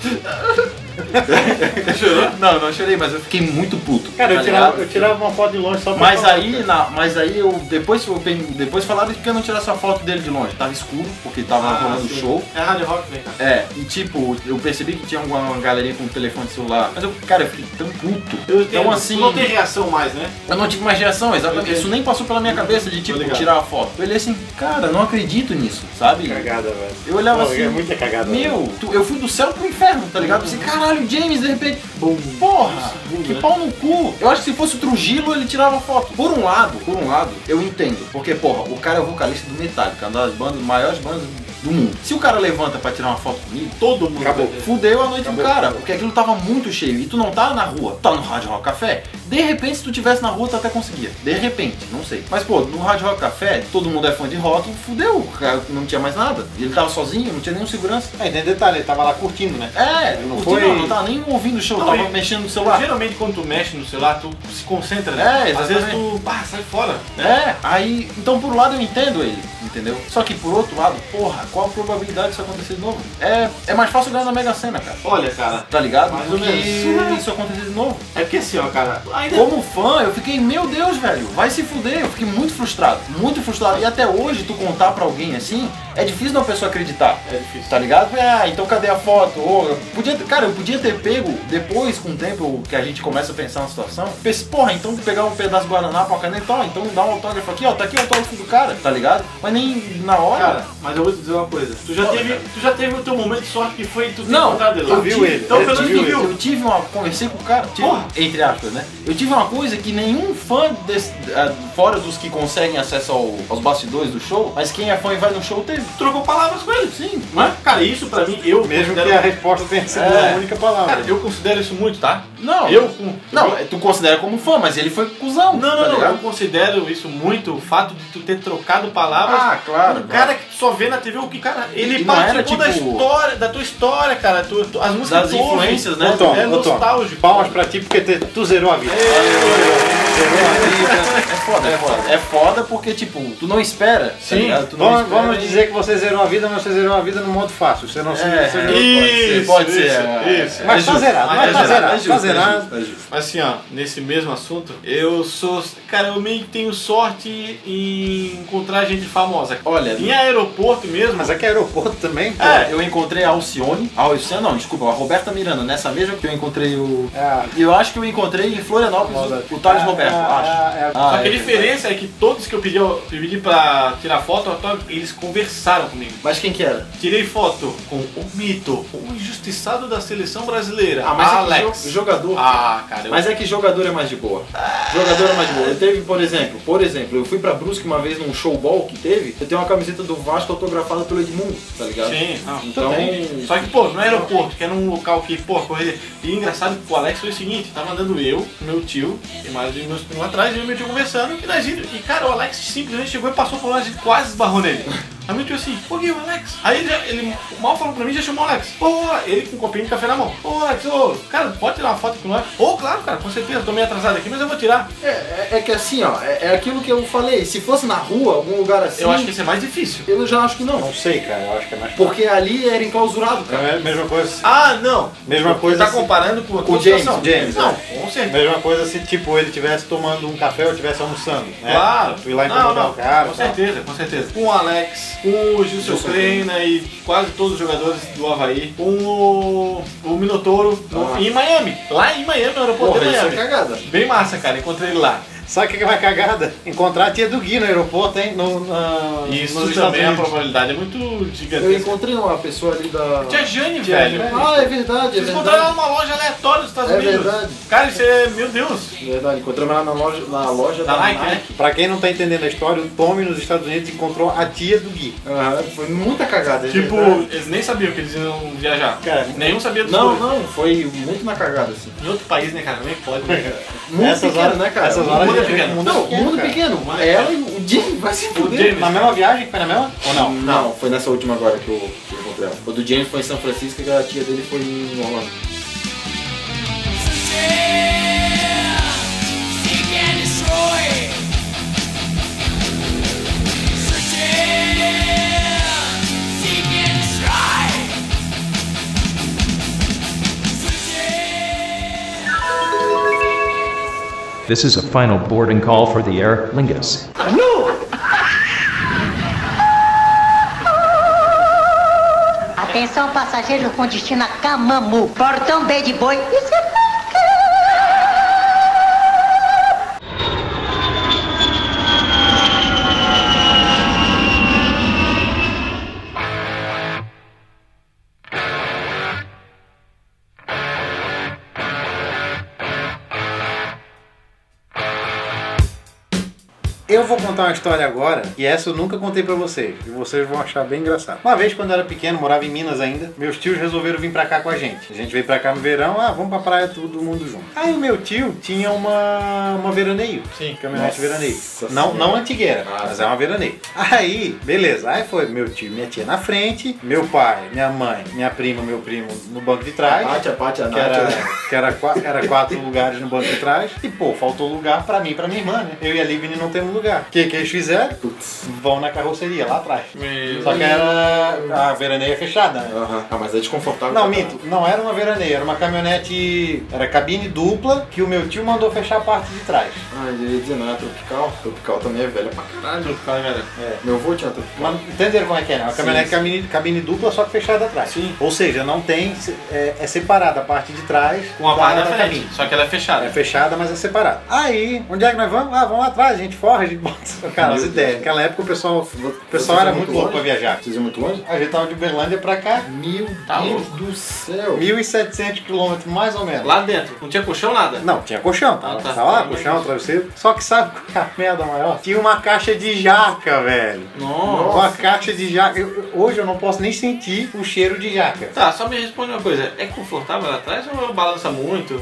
Chorou? Não, não chorei, mas eu fiquei muito puto. Cara, eu tá tirava, ligado? eu tirava uma foto de longe só pra Mas falar, aí, cara. na, mas aí eu depois, eu, pe- depois falaram que eu não tirasse a foto dele de longe. Tava escuro, porque tava Ah, rolando sim. Ah, tá show. É hard rock, né, cara? É, e tipo, eu percebi que tinha uma galerinha com telefone celular. Mas eu, cara, eu fiquei tão puto. então Tem- assim, Não tem reação mais, né? eu não tive mais reação, exatamente. Isso nem passou pela minha cabeça de tipo Tô ligado. tirar a foto. Eu olhei assim, cara, não acredito nisso, sabe? Cagada, velho. Eu olhava Não, assim, É muita cagada. velho. Meu, tu- eu fui do céu pro inferno, tá ligado? Assim, caralho, James, de repente. Porra, que pau no cu. Eu acho que se fosse o Trujillo, ele tirava foto. Por um lado, por um lado, eu entendo. Porque, porra, o cara é o vocalista do Metallica, uma das bandas, maiores bandas do mundo. Se o cara levanta pra tirar uma foto comigo, Todo mundo. Acabou. Fudeu a noite do cara, porque aquilo tava muito cheio. E tu não tá na rua, tá no Rádio Rock Café. De repente, se tu tivesse na rua, tu até conseguia. De repente, não sei. Mas, pô, no Rádio Rock Café, todo mundo é fã de rótulo, fudeu. Cara, Não tinha mais nada. E Ele tava sozinho, não tinha nenhum segurança. É, Aí né? tem detalhe, ele tava lá curtindo, né? É, Não não, foi- não, não tava nem ouvindo o show, Não, tava e- mexendo no Ah. celular. Geralmente quando tu mexe no celular, tu se concentra, É, né? Às vezes exatamente. tu, pá, sai fora. É, aí, então por um lado eu entendo ele, entendeu? Só que por outro lado, porra, qual a probabilidade disso acontecer de novo? É, é mais fácil ganhar na Mega Sena, cara. Olha, cara. Tá ligado? Mais Do ou que menos. isso acontecer de novo. É porque assim, ó, cara. Ainda Como fã, eu fiquei, meu Deus, velho, vai se fuder. Eu fiquei muito frustrado, muito frustrado. E até hoje, tu contar pra alguém assim, é difícil da pessoa acreditar. É difícil. Tá ligado? Ah, então cadê a foto? Ou, eu podia, ter- cara, eu podia ter pego depois, com o tempo que a gente começa a pensar na situação. Pensei, porra, então pegar um pedaço de guaraná pra caneta, ó, então dá um autógrafo aqui, ó, tá aqui o autógrafo do cara, tá ligado? Mas nem na hora. Cara, mas eu vou te dizer uma coisa. Tu já, Olha, teve, cara. tu já teve o teu momento de sorte que foi tu ter Não, encontrado ele tu lá. viu Tive- ele. Então Ele pelo menos te tu viu, viu. Eu tive uma. Conversei com o cara, tive- Porra. entre aspas, né? Eu tive uma coisa que nenhum fã, desse- ah, fora dos que conseguem acesso ao- aos bastidores do show, mas quem é fã e vai no show teve. Tu Trocou palavras com ele, sim. Não é? Cara, isso pra mim, eu Mesmo que né? considero... um- a resposta tenha sido É. a única Cara, palavra. eu considero isso muito, tá? Não. Eu com- Não, é, tu considera como fã, mas ele foi cuzão. Não, tá não, não. ligado? Eu considero isso muito o fato de tu ter trocado palavras. Ah, claro, Um claro. cara que tu só vê na TV o que, cara, ele E não participou era, tipo, da história, da tua história, cara. Tu, tu- as músicas Das que tu ouve, influências, né? tu- Ô, Tom, é ô, Tom, nostálgico. palmas pra ti porque te- tu zerou a vida. É foda, é foda. É foda porque, tipo, tu não espera. Sim. tá ligado? tu não Vamos, espera vamos e- dizer que você zerou a vida, mas você zerou a vida no modo fácil. Você não se. É, você pode não- ser, pode Isso, ser. isso, é- isso. é Mas tá justo, zerado, é mas tá justo, zerado, é tá justo, é zerado. justo, é justo. Assim, ó, nesse mesmo assunto, eu sou. Cara, eu meio que tenho sorte em encontrar gente famosa. Olha, Em aeroporto mesmo. Mas aqui é aeroporto também, pô. É, eu encontrei a Alcione. A Alcione, não, desculpa, a Roberta Miranda, nessa mesma que eu encontrei o. Ah. E Eu acho que eu encontrei em Florianópolis o, o Thales Ah, tá Roberto, ah, acho. ah, é. Ah, Só que é. a diferença é que todos que eu pedi, eu pedi pra tirar foto, autógrafo, eles conversaram comigo. Mas quem que era? Tirei foto com o mito, o injustiçado da seleção brasileira, É que Ah, Alex. jo- jogador. Ah, cara, eu... Mas é que jogador é mais de boa. Jogador é mais de boa. Eu teve, por exemplo, por exemplo, eu fui pra Brusque uma vez num showball que teve, eu tenho uma camiseta do Vasco autografada pelo Edmundo, tá ligado? Sim, não, Então- tudo bem. Só que, pô, no aeroporto, que era um local que, pô, correria. E engraçado que o Alex foi o seguinte: tava andando eu, meu tio e mais um meus primos atrás, e eu e meu tio conversando, e nós indo. E cara, o Alex simplesmente chegou e passou por nós, a gente quase esbarrou nele. Aí meu tio assim, ô Gui, o Alex. Aí ele, já- ele mal falou pra mim, já chamou o Alex. Ô, ô, ele com um copinho de café na mão. Ô, Alex, ô, cara, pode tirar uma foto com nós? Ô, claro, cara, com certeza, tô meio atrasado aqui, mas eu vou tirar. É, é- é que assim, ó, é, é aquilo que eu falei. Se fosse na rua, algum lugar assim, Eu acho que isso é mais difícil. eu já acho que não. Não sei, cara, eu acho que é mais. Porque ali era enclausurado, cara. É a mesma coisa. Ah, não. Mesma Você coisa. tá se- comparando com outra o James, situação. James, Não, é. com certeza. Mesma coisa se tipo ele tivesse tomando um café ou tivesse almoçando, né? Claro. Tu ir lá não, incomodar não. o cara. Com e tal. certeza, com certeza. Com o Alex, com o Gilson Kleina e quase todos os jogadores do Havaí, com o, o Minotouro no- em Miami. Lá em Miami, no aeroporto Porra, de isso é Miami. cagada. Bem massa, cara. Encontrei ele lá. Sabe o que que é uma cagada? Encontrar a tia do Gui no aeroporto, hein? No, na, Isso nos também, a Estados Unidos. probabilidade é muito Eu gigantesca. encontrei uma pessoa ali da. Tia Jane, velho. Ah, é verdade, é Vocês encontraram ela verdade. numa loja aleatória dos Estados É Unidos. verdade. Cara, isso é... Meu Deus. Verdade, encontramos ela na loja, na loja Da da, Nike, né? Pra quem não tá entendendo a história, o Tommy nos Estados Unidos encontrou a tia do Gui. Aham, foi muita cagada. é Tipo, né? verdade. eles nem sabiam que eles iam viajar. Cara, Nenhum sabia dos Não, dois. não, foi muito na cagada, assim. Em outro país, né, cara? Nem pode, né, cara? Mundo Essas pequeno, horas- né, cara? essas O horas mundo a gente vê que o mundo é Não, pequeno, mundo cara. pequeno. O mundo é Ela e o Jimmy vai se O fuder. James, Na mesma viagem que foi na mesma? Ou não? Não, foi nessa última agora que eu, que eu encontrei ela. O do James foi em São Francisco e a tia dele foi em Orlando. This is a final boarding call for the Aer Lingus. Atenção, passageiros com destino a Camamu. Portão B de boi. Isso é Eu vou contar uma história agora, e essa eu nunca contei pra vocês, e vocês vão achar bem engraçado. Uma vez, quando eu era pequeno, morava em Minas ainda, meus tios resolveram vir pra cá com a gente. A gente veio pra cá no verão, ah, vamos pra praia todo mundo junto. Aí o meu tio tinha uma, uma veraneio. Sim. Caminhonete Nossa veraneio. Senhora. Ah, tá. Não, não antigueira, mas é uma veraneio. Aí, beleza, aí foi meu tio, minha tia na frente, meu pai, minha mãe, minha prima, meu primo no banco de A trás. Paty, a Paty, a Que era, Nath. que era, qua- era quatro lugares no banco de trás. E, pô, faltou lugar pra mim e pra minha irmã, né? Eu e a Livni não temos lugar. O que, que eles fizeram? Putz. Vão na carroceria, lá atrás. Meu Só que era a veraneia fechada, né? Aham. Ah, mas é desconfortável. pra Não, minto, não era uma veraneia, era uma caminhonete. Era cabine dupla que o meu tio mandou fechar a parte de trás. caralho. Ah, eu ia dizer, não é tropical. Tropical também é velha pra Tá caralho. Fala, galera. É. Meu avô tinha tropical. Mas entenderam como é que é, né? Uma caminhonete sim. cabine, cabine dupla, só que fechada atrás. Sim. Ou seja, não tem. É, é separada a parte de trás Com a da- barra da na cabine. frente, só que ela é fechada. tá, É fechada, mas é separada. Aí, onde é que nós vamos? Ah, vamos lá atrás, a gente forra, a gente bota. Cara, as ideias. Naquela época o pessoal, o pessoal era muito louco pra viajar. Vocês iam muito longe? A gente tava de Uberlândia pra cá, Meu Tá Deus louco. do céu. 1.700 quilômetros mais ou menos. Lá dentro, não tinha colchão, nada. Não, tinha colchão, tava, Ah, tá. tava lá, colchão, travesseiro. Só que sabe qual é a merda maior? Tinha uma caixa de jaca, velho. Nossa. Uma caixa de jaca. Eu- eu- hoje eu não posso nem sentir o cheiro de jaca. Tá, só me responde uma coisa. É confortável lá atrás ou balança muito?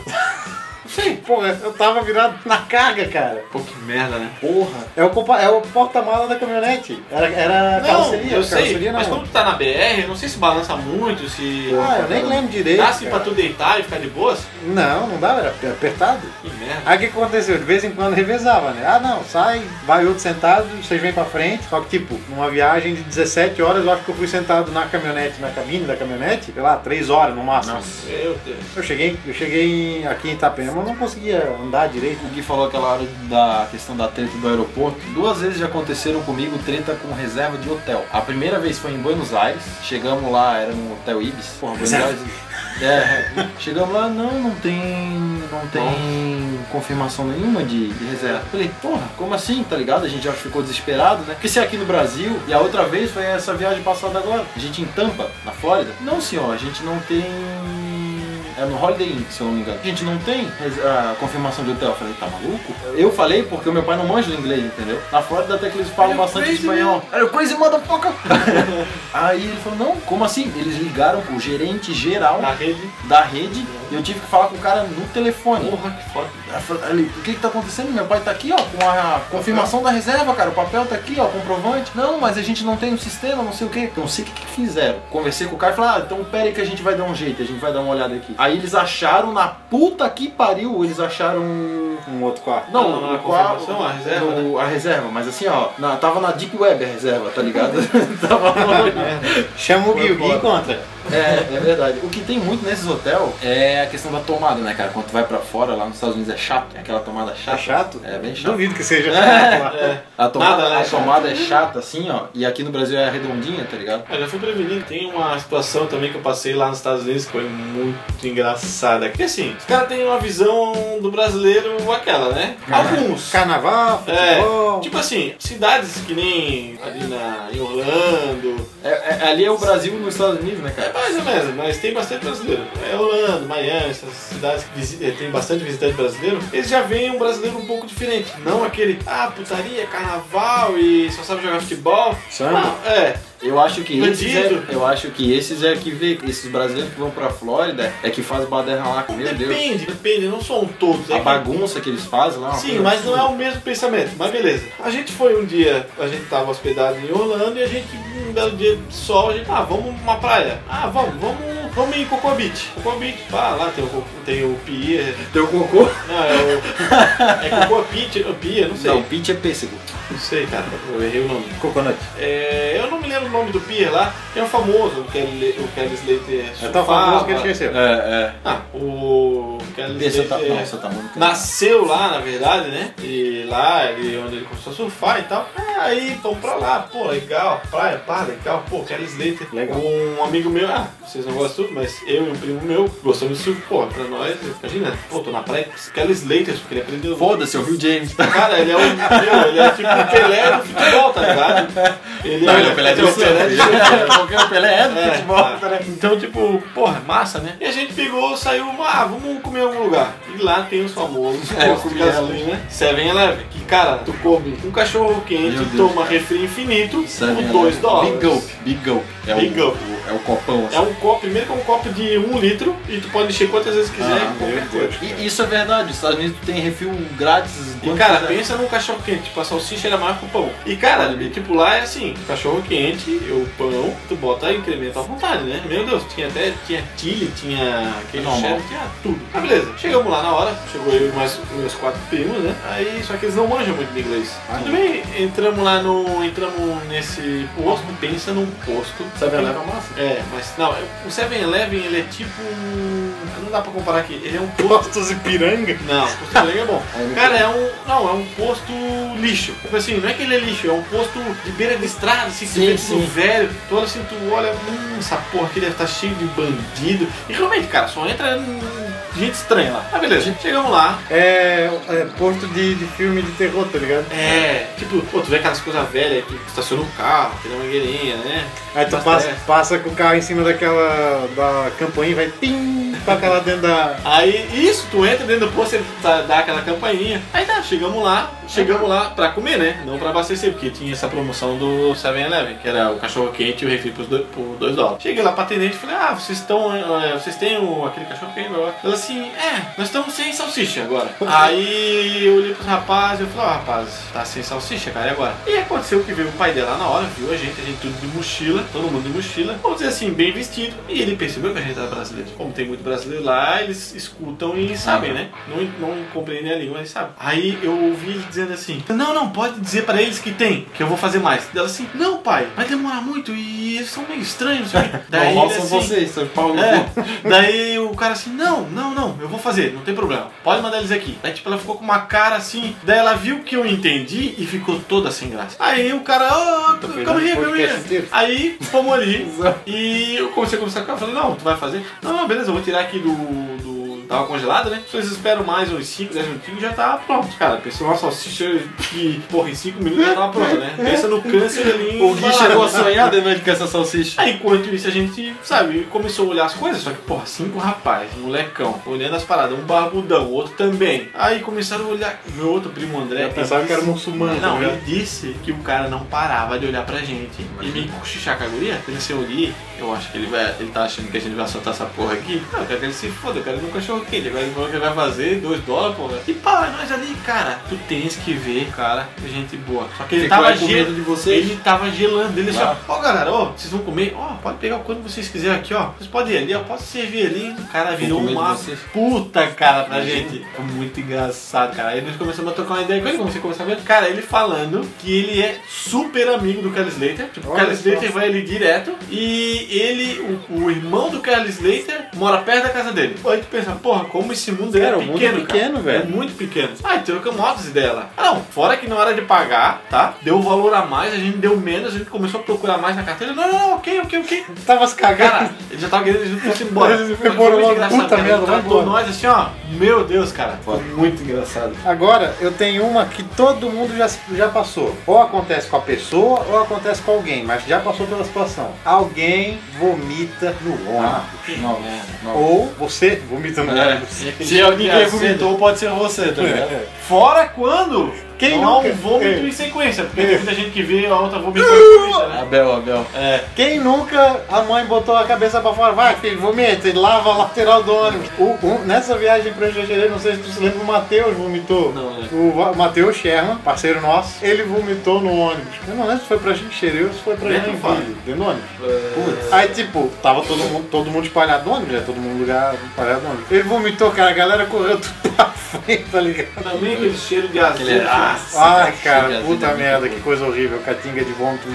Não sei. Porra, eu tava virado na carga, cara. Pô, que merda, né? Porra. É o, compa- é o porta-mala da caminhonete. Era, era Não, carroceria, eu sei. carroceria Mas não. quando tu tá na BR, eu não sei se balança muito, se... Ah, eu nem lembro direito. Dá assim cara. pra tu deitar e ficar de boas? Não, não dava, era apertado. Que merda. Aí o que aconteceu? De vez em quando revezava, né? Ah, não, sai, vai outro sentado, vocês vêm pra frente. Só que, tipo, numa viagem de 17 horas, eu acho que eu fui sentado na caminhonete, na cabine da caminhonete, sei lá, 3 horas no máximo. Meu Deus. Eu cheguei, eu cheguei em- aqui em Itapema, eu não conseguia andar direito. O Gui falou aquela hora da questão da treta do aeroporto. Duas vezes já aconteceram comigo treta com reserva de hotel. A primeira vez foi em Buenos Aires. Chegamos lá, era no Hotel Ibis. Porra, Buenos Reserva. Aires. É, chegamos lá, não, não tem. Não tem confirmação nenhuma de, de reserva. Falei, porra, como assim? Tá ligado? A gente já ficou desesperado, né? Porque se é aqui no Brasil, e a outra vez foi essa viagem passada agora. A gente em Tampa, na Flórida. Não, senhor, a gente não tem. É no Holiday Inn, se eu não me engano. Gente, não tem res- a confirmação de hotel. Eu falei, tá maluco? Eu falei porque o meu pai não manja do inglês, entendeu? Na Flórida até que eles falam bastante espanhol. Era crazy motherfucker! Ah, Aí ele falou, não, como assim? Eles ligaram pro gerente geral Na rede, da rede E eu tive que falar com o cara no telefone. Porra, que foda. Ela falou, ali, o que que tá acontecendo? Meu pai tá aqui, ó, com a confirmação da reserva, cara. O papel tá aqui, ó, comprovante. Não, mas a gente não tem o sistema, não sei o quê. Não sei o que que fizeram. Conversei com o cara e falei, ah, então pera aí que a gente vai dar um jeito, a gente vai dar uma olhada aqui. Aí eles acharam, na puta que pariu, eles acharam... Um outro quarto. Não, Não, não, o a quarto- confirmação, a reserva, né? o- A reserva, mas assim, ó, na- tava na Deep Web a reserva, tá ligado? tava Chama o Gui, o Gui embora. encontra. é, é verdade. O que tem muito nesses hotéis é a questão da tomada, né, cara? Quando tu vai pra fora, lá nos Estados Unidos é chato, é aquela tomada chata. É chato? É bem chato. Duvido que seja chato lá. A tomada, Nada, né, a cara? tomada é chata, assim, ó. E aqui no Brasil é redondinha, tá ligado? Eu já fui prevenido. Tem uma situação também que eu passei lá nos Estados Unidos que foi muito engraçada. Porque assim, os caras têm uma visão do brasileiro aquela, né? Uhum. Alguns. Carnaval, É, futebol. tipo assim, cidades que nem ali na, em Orlando, É, é- ali é o Brasil nos Estados Unidos, né, é cara? mais ou menos, mas tem bastante brasileiro. É Orlando, Miami, essas cidades que visi- eh, tem bastante visitante brasileiro, eles já veem um brasileiro um pouco diferente. Não aquele, ah, putaria, carnaval e só sabe jogar futebol. Samba. Ah, é, Eu acho que esses Bandido. é, eu acho que esses é que vê, esses brasileiros que vão pra Flórida é que faz baderna lá, meu Deus. depende, depende, não são todos. é A que- bagunça que eles fazem lá. é uma Sim, coisa mas não é absurda. o mesmo pensamento, mas beleza. A gente foi um dia, a gente tava hospedado em Orlando e a gente, um belo dia de sol, a gente, ah, vamos pra uma praia. Ah, vamos, vamos, vamos em Cocoa Beach. Cocoa Beach, pá, lá tem o, co- tem o Pier, Teu cocô? não, é o... É Cocoa Beach, o Pier, não sei, Não, pitch é pêssego. não sei, cara, eu errei o nome. Coconut. É, eu não me lembro o nome do Pier lá, é um famoso, o Kelly, o Kelly Slater É surfava. tão famoso que ele esqueceu. É, é. Ah, o Kelly Esse tá, Slater... não, essa tá muito. nasceu lá, na verdade, né? E lá, ele, onde ele começou a surfar e tal. Ah, Aí, vamos pra lá, pô, legal, praia, pá, legal, pô, Kelly Slater. Legal. Um amigo meu, ah, vocês não gostam de tudo, mas eu e um primo meu gostamos de surf, pô, pra nós, imagina, pô, tô na praia com Kelly Slater, porque ele aprendeu. Foda-se, eu vi o James. Cara, ele é um. meu, ele é tipo o Pelé do futebol, tá ligado? Ele Não, ele é o Pelé de o Pelé de surf. Porque o Pelé é do É, futebol. tá. Então, tipo, porra, massa, né? E a gente pegou, saiu, ah, vamos comer em algum lugar. E lá tem os famosos É, eu postos de comi ela. gasolina 7-Eleven. Que, cara, tu come um cachorro quente, Meu Deus, toma cara. refri infinito Sabe, por 2 é- dólares. Big Gulp. Big Gulp. É, Big o, Gulp. o- é o copão, assim. É um copo, primeiro que é um copo de 1 um litro e tu pode encher quantas vezes quiser Ah, com qualquer meu coisa. Deus. E isso é verdade, os Estados Unidos tem refil grátis. E quando cara, quiser. pensa num cachorro quente, tipo, a salsicha era maior que o pão. E cara, e, tipo, lá é assim, cachorro quente, o pão, tu bota incremento à vontade, né? Meu Deus, tinha até, tinha chile, tinha queijo Normal. cheddar, tinha tudo. Ah, beleza, chegamos lá na hora, chegou eu e mais meus quatro primos, né? Aí, só que eles não manjam muito de inglês. Tudo bem, entramos lá no, entramos nesse posto, pensa num posto. Sabe a leva massa? É, mas não, o 7-Eleven, ele é tipo, um- não dá pra comparar aqui, ele é um posto... Postos Ipiranga. Não, posto Belém é bom. Cara, é um. Não, é um posto lixo. Tipo assim, não é que ele é lixo, é um posto de beira de estrada, assim, que Sim, vê tudo sim. velho. Tu olha assim, tu olha, hum, essa porra aqui deve estar cheio de bandido. E realmente, cara, só entra hum, gente estranha lá. Ah, beleza, chegamos lá. É, é posto de, de filme de terror, tá ligado? É, tipo, pô, tu vê aquelas coisas velhas que estaciona um carro, que dá uma mangueirinha, né? Aí tu Basta passa, essa. passa com o carro em cima daquela da campainha, vai pim, toca lá dentro da. Aí, isso, tu entra dentro do posto, ele tá- dá aquela campainha. Aí tá, chegamos lá, chegamos lá pra comer, né? Não pra abastecer, porque tinha essa promoção do 7-Eleven, que era o cachorro quente e o refri por 2 dólares. Cheguei lá pra atendente e falei, ah, vocês estão. eh, vocês têm o- aquele cachorro quente agora? Ela assim, é, nós estamos sem salsicha agora. Aí eu olhei pros rapazes, eu falei, ó, rapaz, tá sem salsicha, cara, e agora? E aconteceu que veio o pai dela na hora, viu a gente, a gente tudo de mochila, todo mundo de mochila, vamos dizer assim, bem vestido, e ele percebeu que a gente era brasileiro. Como tem muito brasileiro lá, eles escutam e sabem, né? Não, não compreendem a língua, mas sabem. Aí eu ouvi ele dizendo assim: Não, não, pode dizer pra eles que tem, que eu vou fazer mais. Ela assim: Não, pai, vai demorar muito e eles são meio estranhos. não sei o quê." Daí Normal ele são assim, vocês, São Paulo. é. Daí o cara assim, não, não, não, eu vou fazer, não tem problema. Pode mandar eles aqui. Daí tipo, ela ficou com uma cara assim, daí ela viu que eu entendi e ficou toda sem graça. Aí o cara, ô, calma aí, calma aí. podcasteiro. Aí fomos ali e eu comecei a conversar com ela, falei, não, tu vai fazer? Não, não, beleza, eu vou tirar aqui do. do tava congelada, né? Vocês esperam mais uns 5, 10 minutinhos e já tá pronto, cara. Pensou uma salsicha que, porra, em 5 minutos já tava pronto, né? Pensa no câncer ali. em O Gui Valadares. chegou a sonhar de noite com essa salsicha. Aí, enquanto isso, a gente, sabe, começou a olhar as coisas. Só que, porra, cinco rapazes, molecão, olhando as paradas. Um barbudão, outro também. Aí começaram a olhar. Meu outro primo André. Eu pensava ele que era disse- muçulmano, É Não, tá ele ligado? disse que o cara não parava de olhar pra gente e me cochichar com a guria. Pensei, Gui, eu acho que ele vai. Ele tá achando que a gente vai soltar essa porra aqui. Não, eu quero que ele se foda, eu quero ir no cachorro quente. Agora ele falou que ele vai fazer dois dólares, porra. E pá, é nós ali, cara. Tu tens que ver, cara, gente boa. Só que ele Ficou tava aí com gel- medo de vocês? Ele tava gelando. Ele só, Claro. ó galera, ó, vocês vão comer, ó, pode pegar o quanto vocês quiserem aqui, ó. Vocês podem ir ali, ó, pode servir ali. O cara virou um comer de uma vocês. puta, cara, pra gente. Foi muito engraçado, cara. Aí nós começamos a trocar uma ideia com ele, comecei a conversar com ele. Cara, ele falando que ele é super amigo do Carlos Slater. Tipo, o Olha Carlos só. Slater vai ali direto e ele, o, o irmão do Carlos Slater, mora perto da casa dele. Aí tu pensa, porra, como esse mundo é Cara, o pequeno, mundo é cara. pequeno, velho. É muito pequeno. Aí trocamos motos e dela. Ah, não, fora que na hora de pagar, tá? Deu valor a mais, a gente deu menos, a gente começou a procurar mais na carteira. Não, não, não, ok, ok, ok. Tava se Cara, cagando. ele já tava querendo que a gente fosse embora. Ele foi embora muito logo, engraçado, puta cara. merda, Ele vai tratou embora. nós assim, ó. Meu Deus, cara. Foi É muito engraçado. Agora, eu tenho uma que todo mundo já, já passou. Ou acontece com a pessoa, ou acontece com alguém, mas já passou pela situação. Alguém vomita no Ah, ônibus. Não, não. Ou você vomita no É. ônibus. Se alguém vomitou, pode ser você, tá ligado? Fora quando É, Quem não há nunca? um vômito É. em sequência. Porque É. tem muita gente que vê a outra vomitando em sequência, né? Abel, Abel. É. Quem nunca a mãe botou a cabeça pra fora? Vai, filho, vomita e lava a lateral do ônibus. O- o- nessa viagem pra Jajerê, não sei se tu se lembra, o Matheus vomitou. Não, né? O Va- Matheus Sherman, parceiro nosso, ele vomitou no ônibus. Eu não lembro se foi pra Xinxerê ou se foi pra Dentro do É. Joinville. Dentro do ônibus. Aí, tipo, tava todo mundo, todo mundo espalhado no ônibus, né? Todo mundo lugar espalhado no ônibus. Ele vomitou, cara, a galera correu tudo pra frente, tá ligado? Também aquele cheiro de é- azeite. Ah, Ai, é cara, puta merda, que coisa horrível. Catinga de vômito,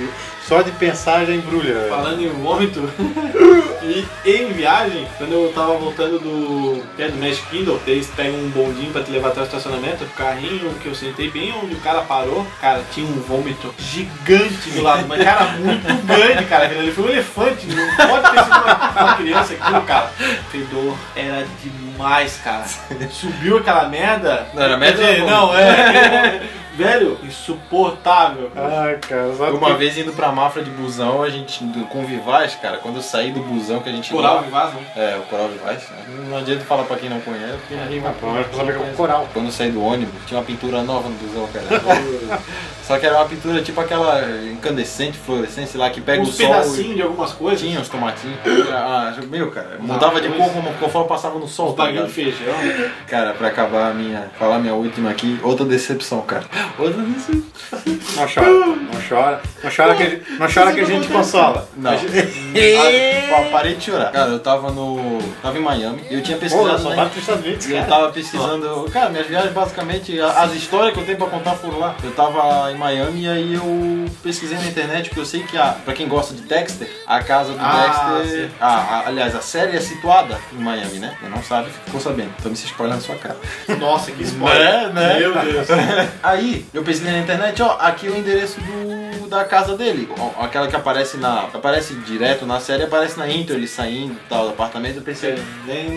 só de pensar já embrulha. velho. Falando em vômito, e em viagem, quando eu tava voltando do, que é do Magic Kingdom, eles pegam um bondinho pra te levar até o estacionamento, o carrinho que eu sentei bem onde o cara parou, cara, tinha um vômito gigante do lado, mas cara, muito grande, cara, aquele ali foi um elefante, não pode ter sido uma, uma criança aquilo, cara. O fedor era demais, cara. Subiu aquela merda. Não, era Quer merda dizer, ou Não, é. Velho, insuportável, cara. Ai, cara, só Uma vez indo pra Mafra de busão, a gente, do- com o Vivaz, cara, quando eu saí do busão que a gente... Coral vivaz, né? É, o Coral Vivaz. né? Não adianta falar pra quem não conhece, porque ninguém vai... Pelo menos pra saber que é um coral. Quando eu saí do ônibus, tinha uma pintura nova no busão, cara. Só que era uma pintura tipo aquela incandescente, fluorescente, sei lá, que pega o Uns sol... pedacinhos Um de algumas E... coisas. Tinha os tomatinhos. Ah, meu, cara, mudava de cor como- conforme passava no sol, tá Paguinho ligado? de feijão. Cara, pra acabar a minha, falar minha última aqui, outra decepção, cara. Outra decepção. Não chora, não chora. Não chora que, não chora que a gente consola. Não. Ah, parei de chorar. Cara, eu tava no. Tava em Miami e eu tinha Porra, pesquisado. só tá né? bate nos Estados Unidos, Eu cara. tava pesquisando. Cara, minhas viagens basicamente, a- as histórias que eu tenho pra contar foram lá. Eu tava em Miami e aí eu pesquisei na internet, porque eu sei que a, pra quem gosta de Dexter, a casa do Ah, Dexter. sim. a- a- aliás, a série é situada em Miami, né? Quem não sabe, ficou sabendo. Tô me se spoiler na sua cara. Nossa, que Né, spoiler. né? Meu Deus. Aí, eu pesquisei na internet, ó, aqui é o endereço do, da casa dele. Ó, Aquela que aparece na. que aparece direto na série, aparece na intro, ele saindo e tal, do apartamento, eu pensei.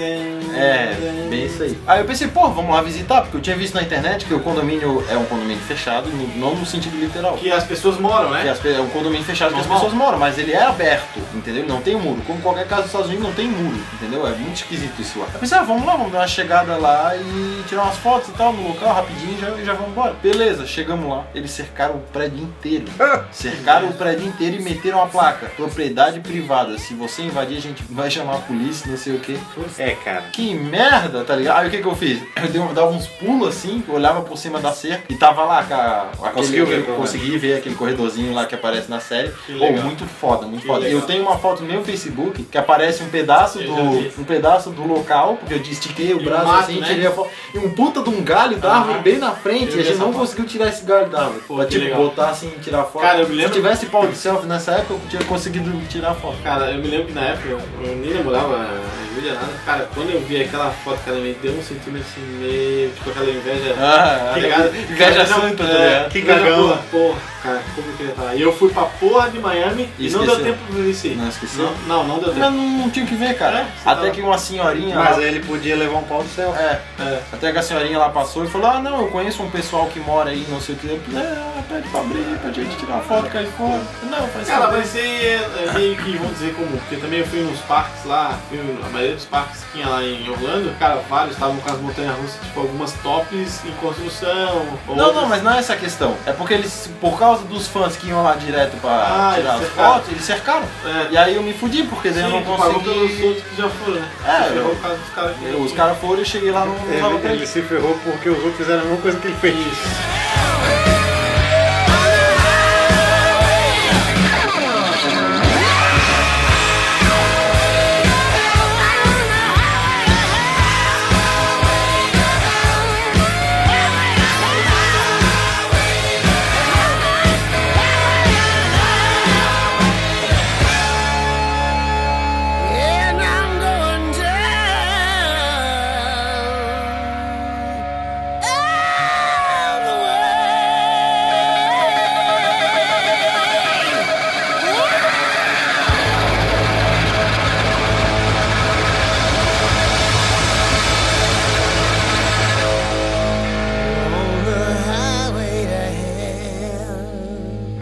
É, bem isso aí. Aí eu pensei, pô, vamos lá visitar, porque eu tinha visto na internet que o condomínio é um condomínio fechado, no- não no sentido literal. Que as pessoas moram, Que né? as pe- é um condomínio fechado que as Normal. pessoas moram, mas ele é aberto, entendeu? Não tem um muro. Como qualquer casa dos Estados Unidos não tem muro, entendeu? É muito esquisito isso lá. Eu pensei, ah, vamos lá, vamos dar uma chegada lá e tirar umas fotos e tal no local rapidinho e já, e já vamos embora. Beleza, chegamos lá. Eles cercaram o prédio inteiro. Ah! cercaram o prédio inteiro e meteram a placa. Propriedade privada. Se você invadir, a gente vai chamar a polícia, não sei o quê. É, cara. Que merda, tá ligado? Aí o que que eu fiz? Eu dei um- dava uns pulos assim, eu olhava por cima da cerca e tava lá, cara. Conseguiu ver, pelo menos. consegui ver aquele corredorzinho lá que aparece na série. Pô, legal. muito foda, muito Que foda. legal. Eu tenho uma foto no meu Facebook que aparece um pedaço Eu já vi. do um pedaço do local, porque eu estiquei o E um braço mato, assim, né? tirei a foto. E um puta de um galho da árvore bem na frente, Eu e a vi gente essa não foto. conseguiu tirar esse galho da árvore. Pô, pra que tipo, legal. botar assim, tirar foto. Cara, eu me Se lembro- tivesse pau de selfie nessa época, eu tinha conseguido tirar foto. Cara, eu me lembro que na época eu, eu nem namorava a Júlia nada. Cara, quando eu vi aquela foto que ela me deu um centímetro assim, meio. Tipo aquela inveja. Ah, tá ligado? é, Inveja santa, tá ligado? Que cagão. Porra, cara, como eu queria estar lá. E eu fui pra porra de Miami e, E não deu esqueceu. tempo pra isso aí. Não esqueceu? Não, não, não deu Mas tempo. não, não tinha o que ver, cara. É, você até tava- que uma senhorinha. Mas é- lá- ele podia levar um pau do céu. É, é. Até que a senhorinha lá passou e falou: Ah, não, eu conheço um pessoal que mora aí, não sei o que. Eu falei, é, pede pra abrir, pra gente tirar uma foto com a escola. Não, faz Cara, isso. mas isso aí é, é meio que, vamos dizer como, porque também eu fui nos parques lá, fui, a maioria dos parques que tinha lá em Orlando, cara, vários estavam com as montanhas russas, tipo, algumas tops em construção. Não, outras- não, mas não é essa a questão. É porque eles, por causa dos fãs que iam lá direto pra Ah, tirar eles as cercaram. fotos, eles cercaram. É, E aí eu me fudi, porque daí eu Sim, não tu pagou pelos consegui. outros que já foram, né? É, Você ferrou eu- por causa dos caras que já Os foram. caras foram e eu cheguei lá É, não não tava Ele, pra É, ele eles. se ferrou porque os outros fizeram a mesma coisa que ele fez.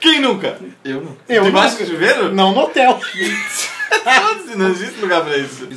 Quem nunca? Eu não. Eu Debaixo do chuveiro? Não no hotel. Foda-se, não existe lugar pra isso.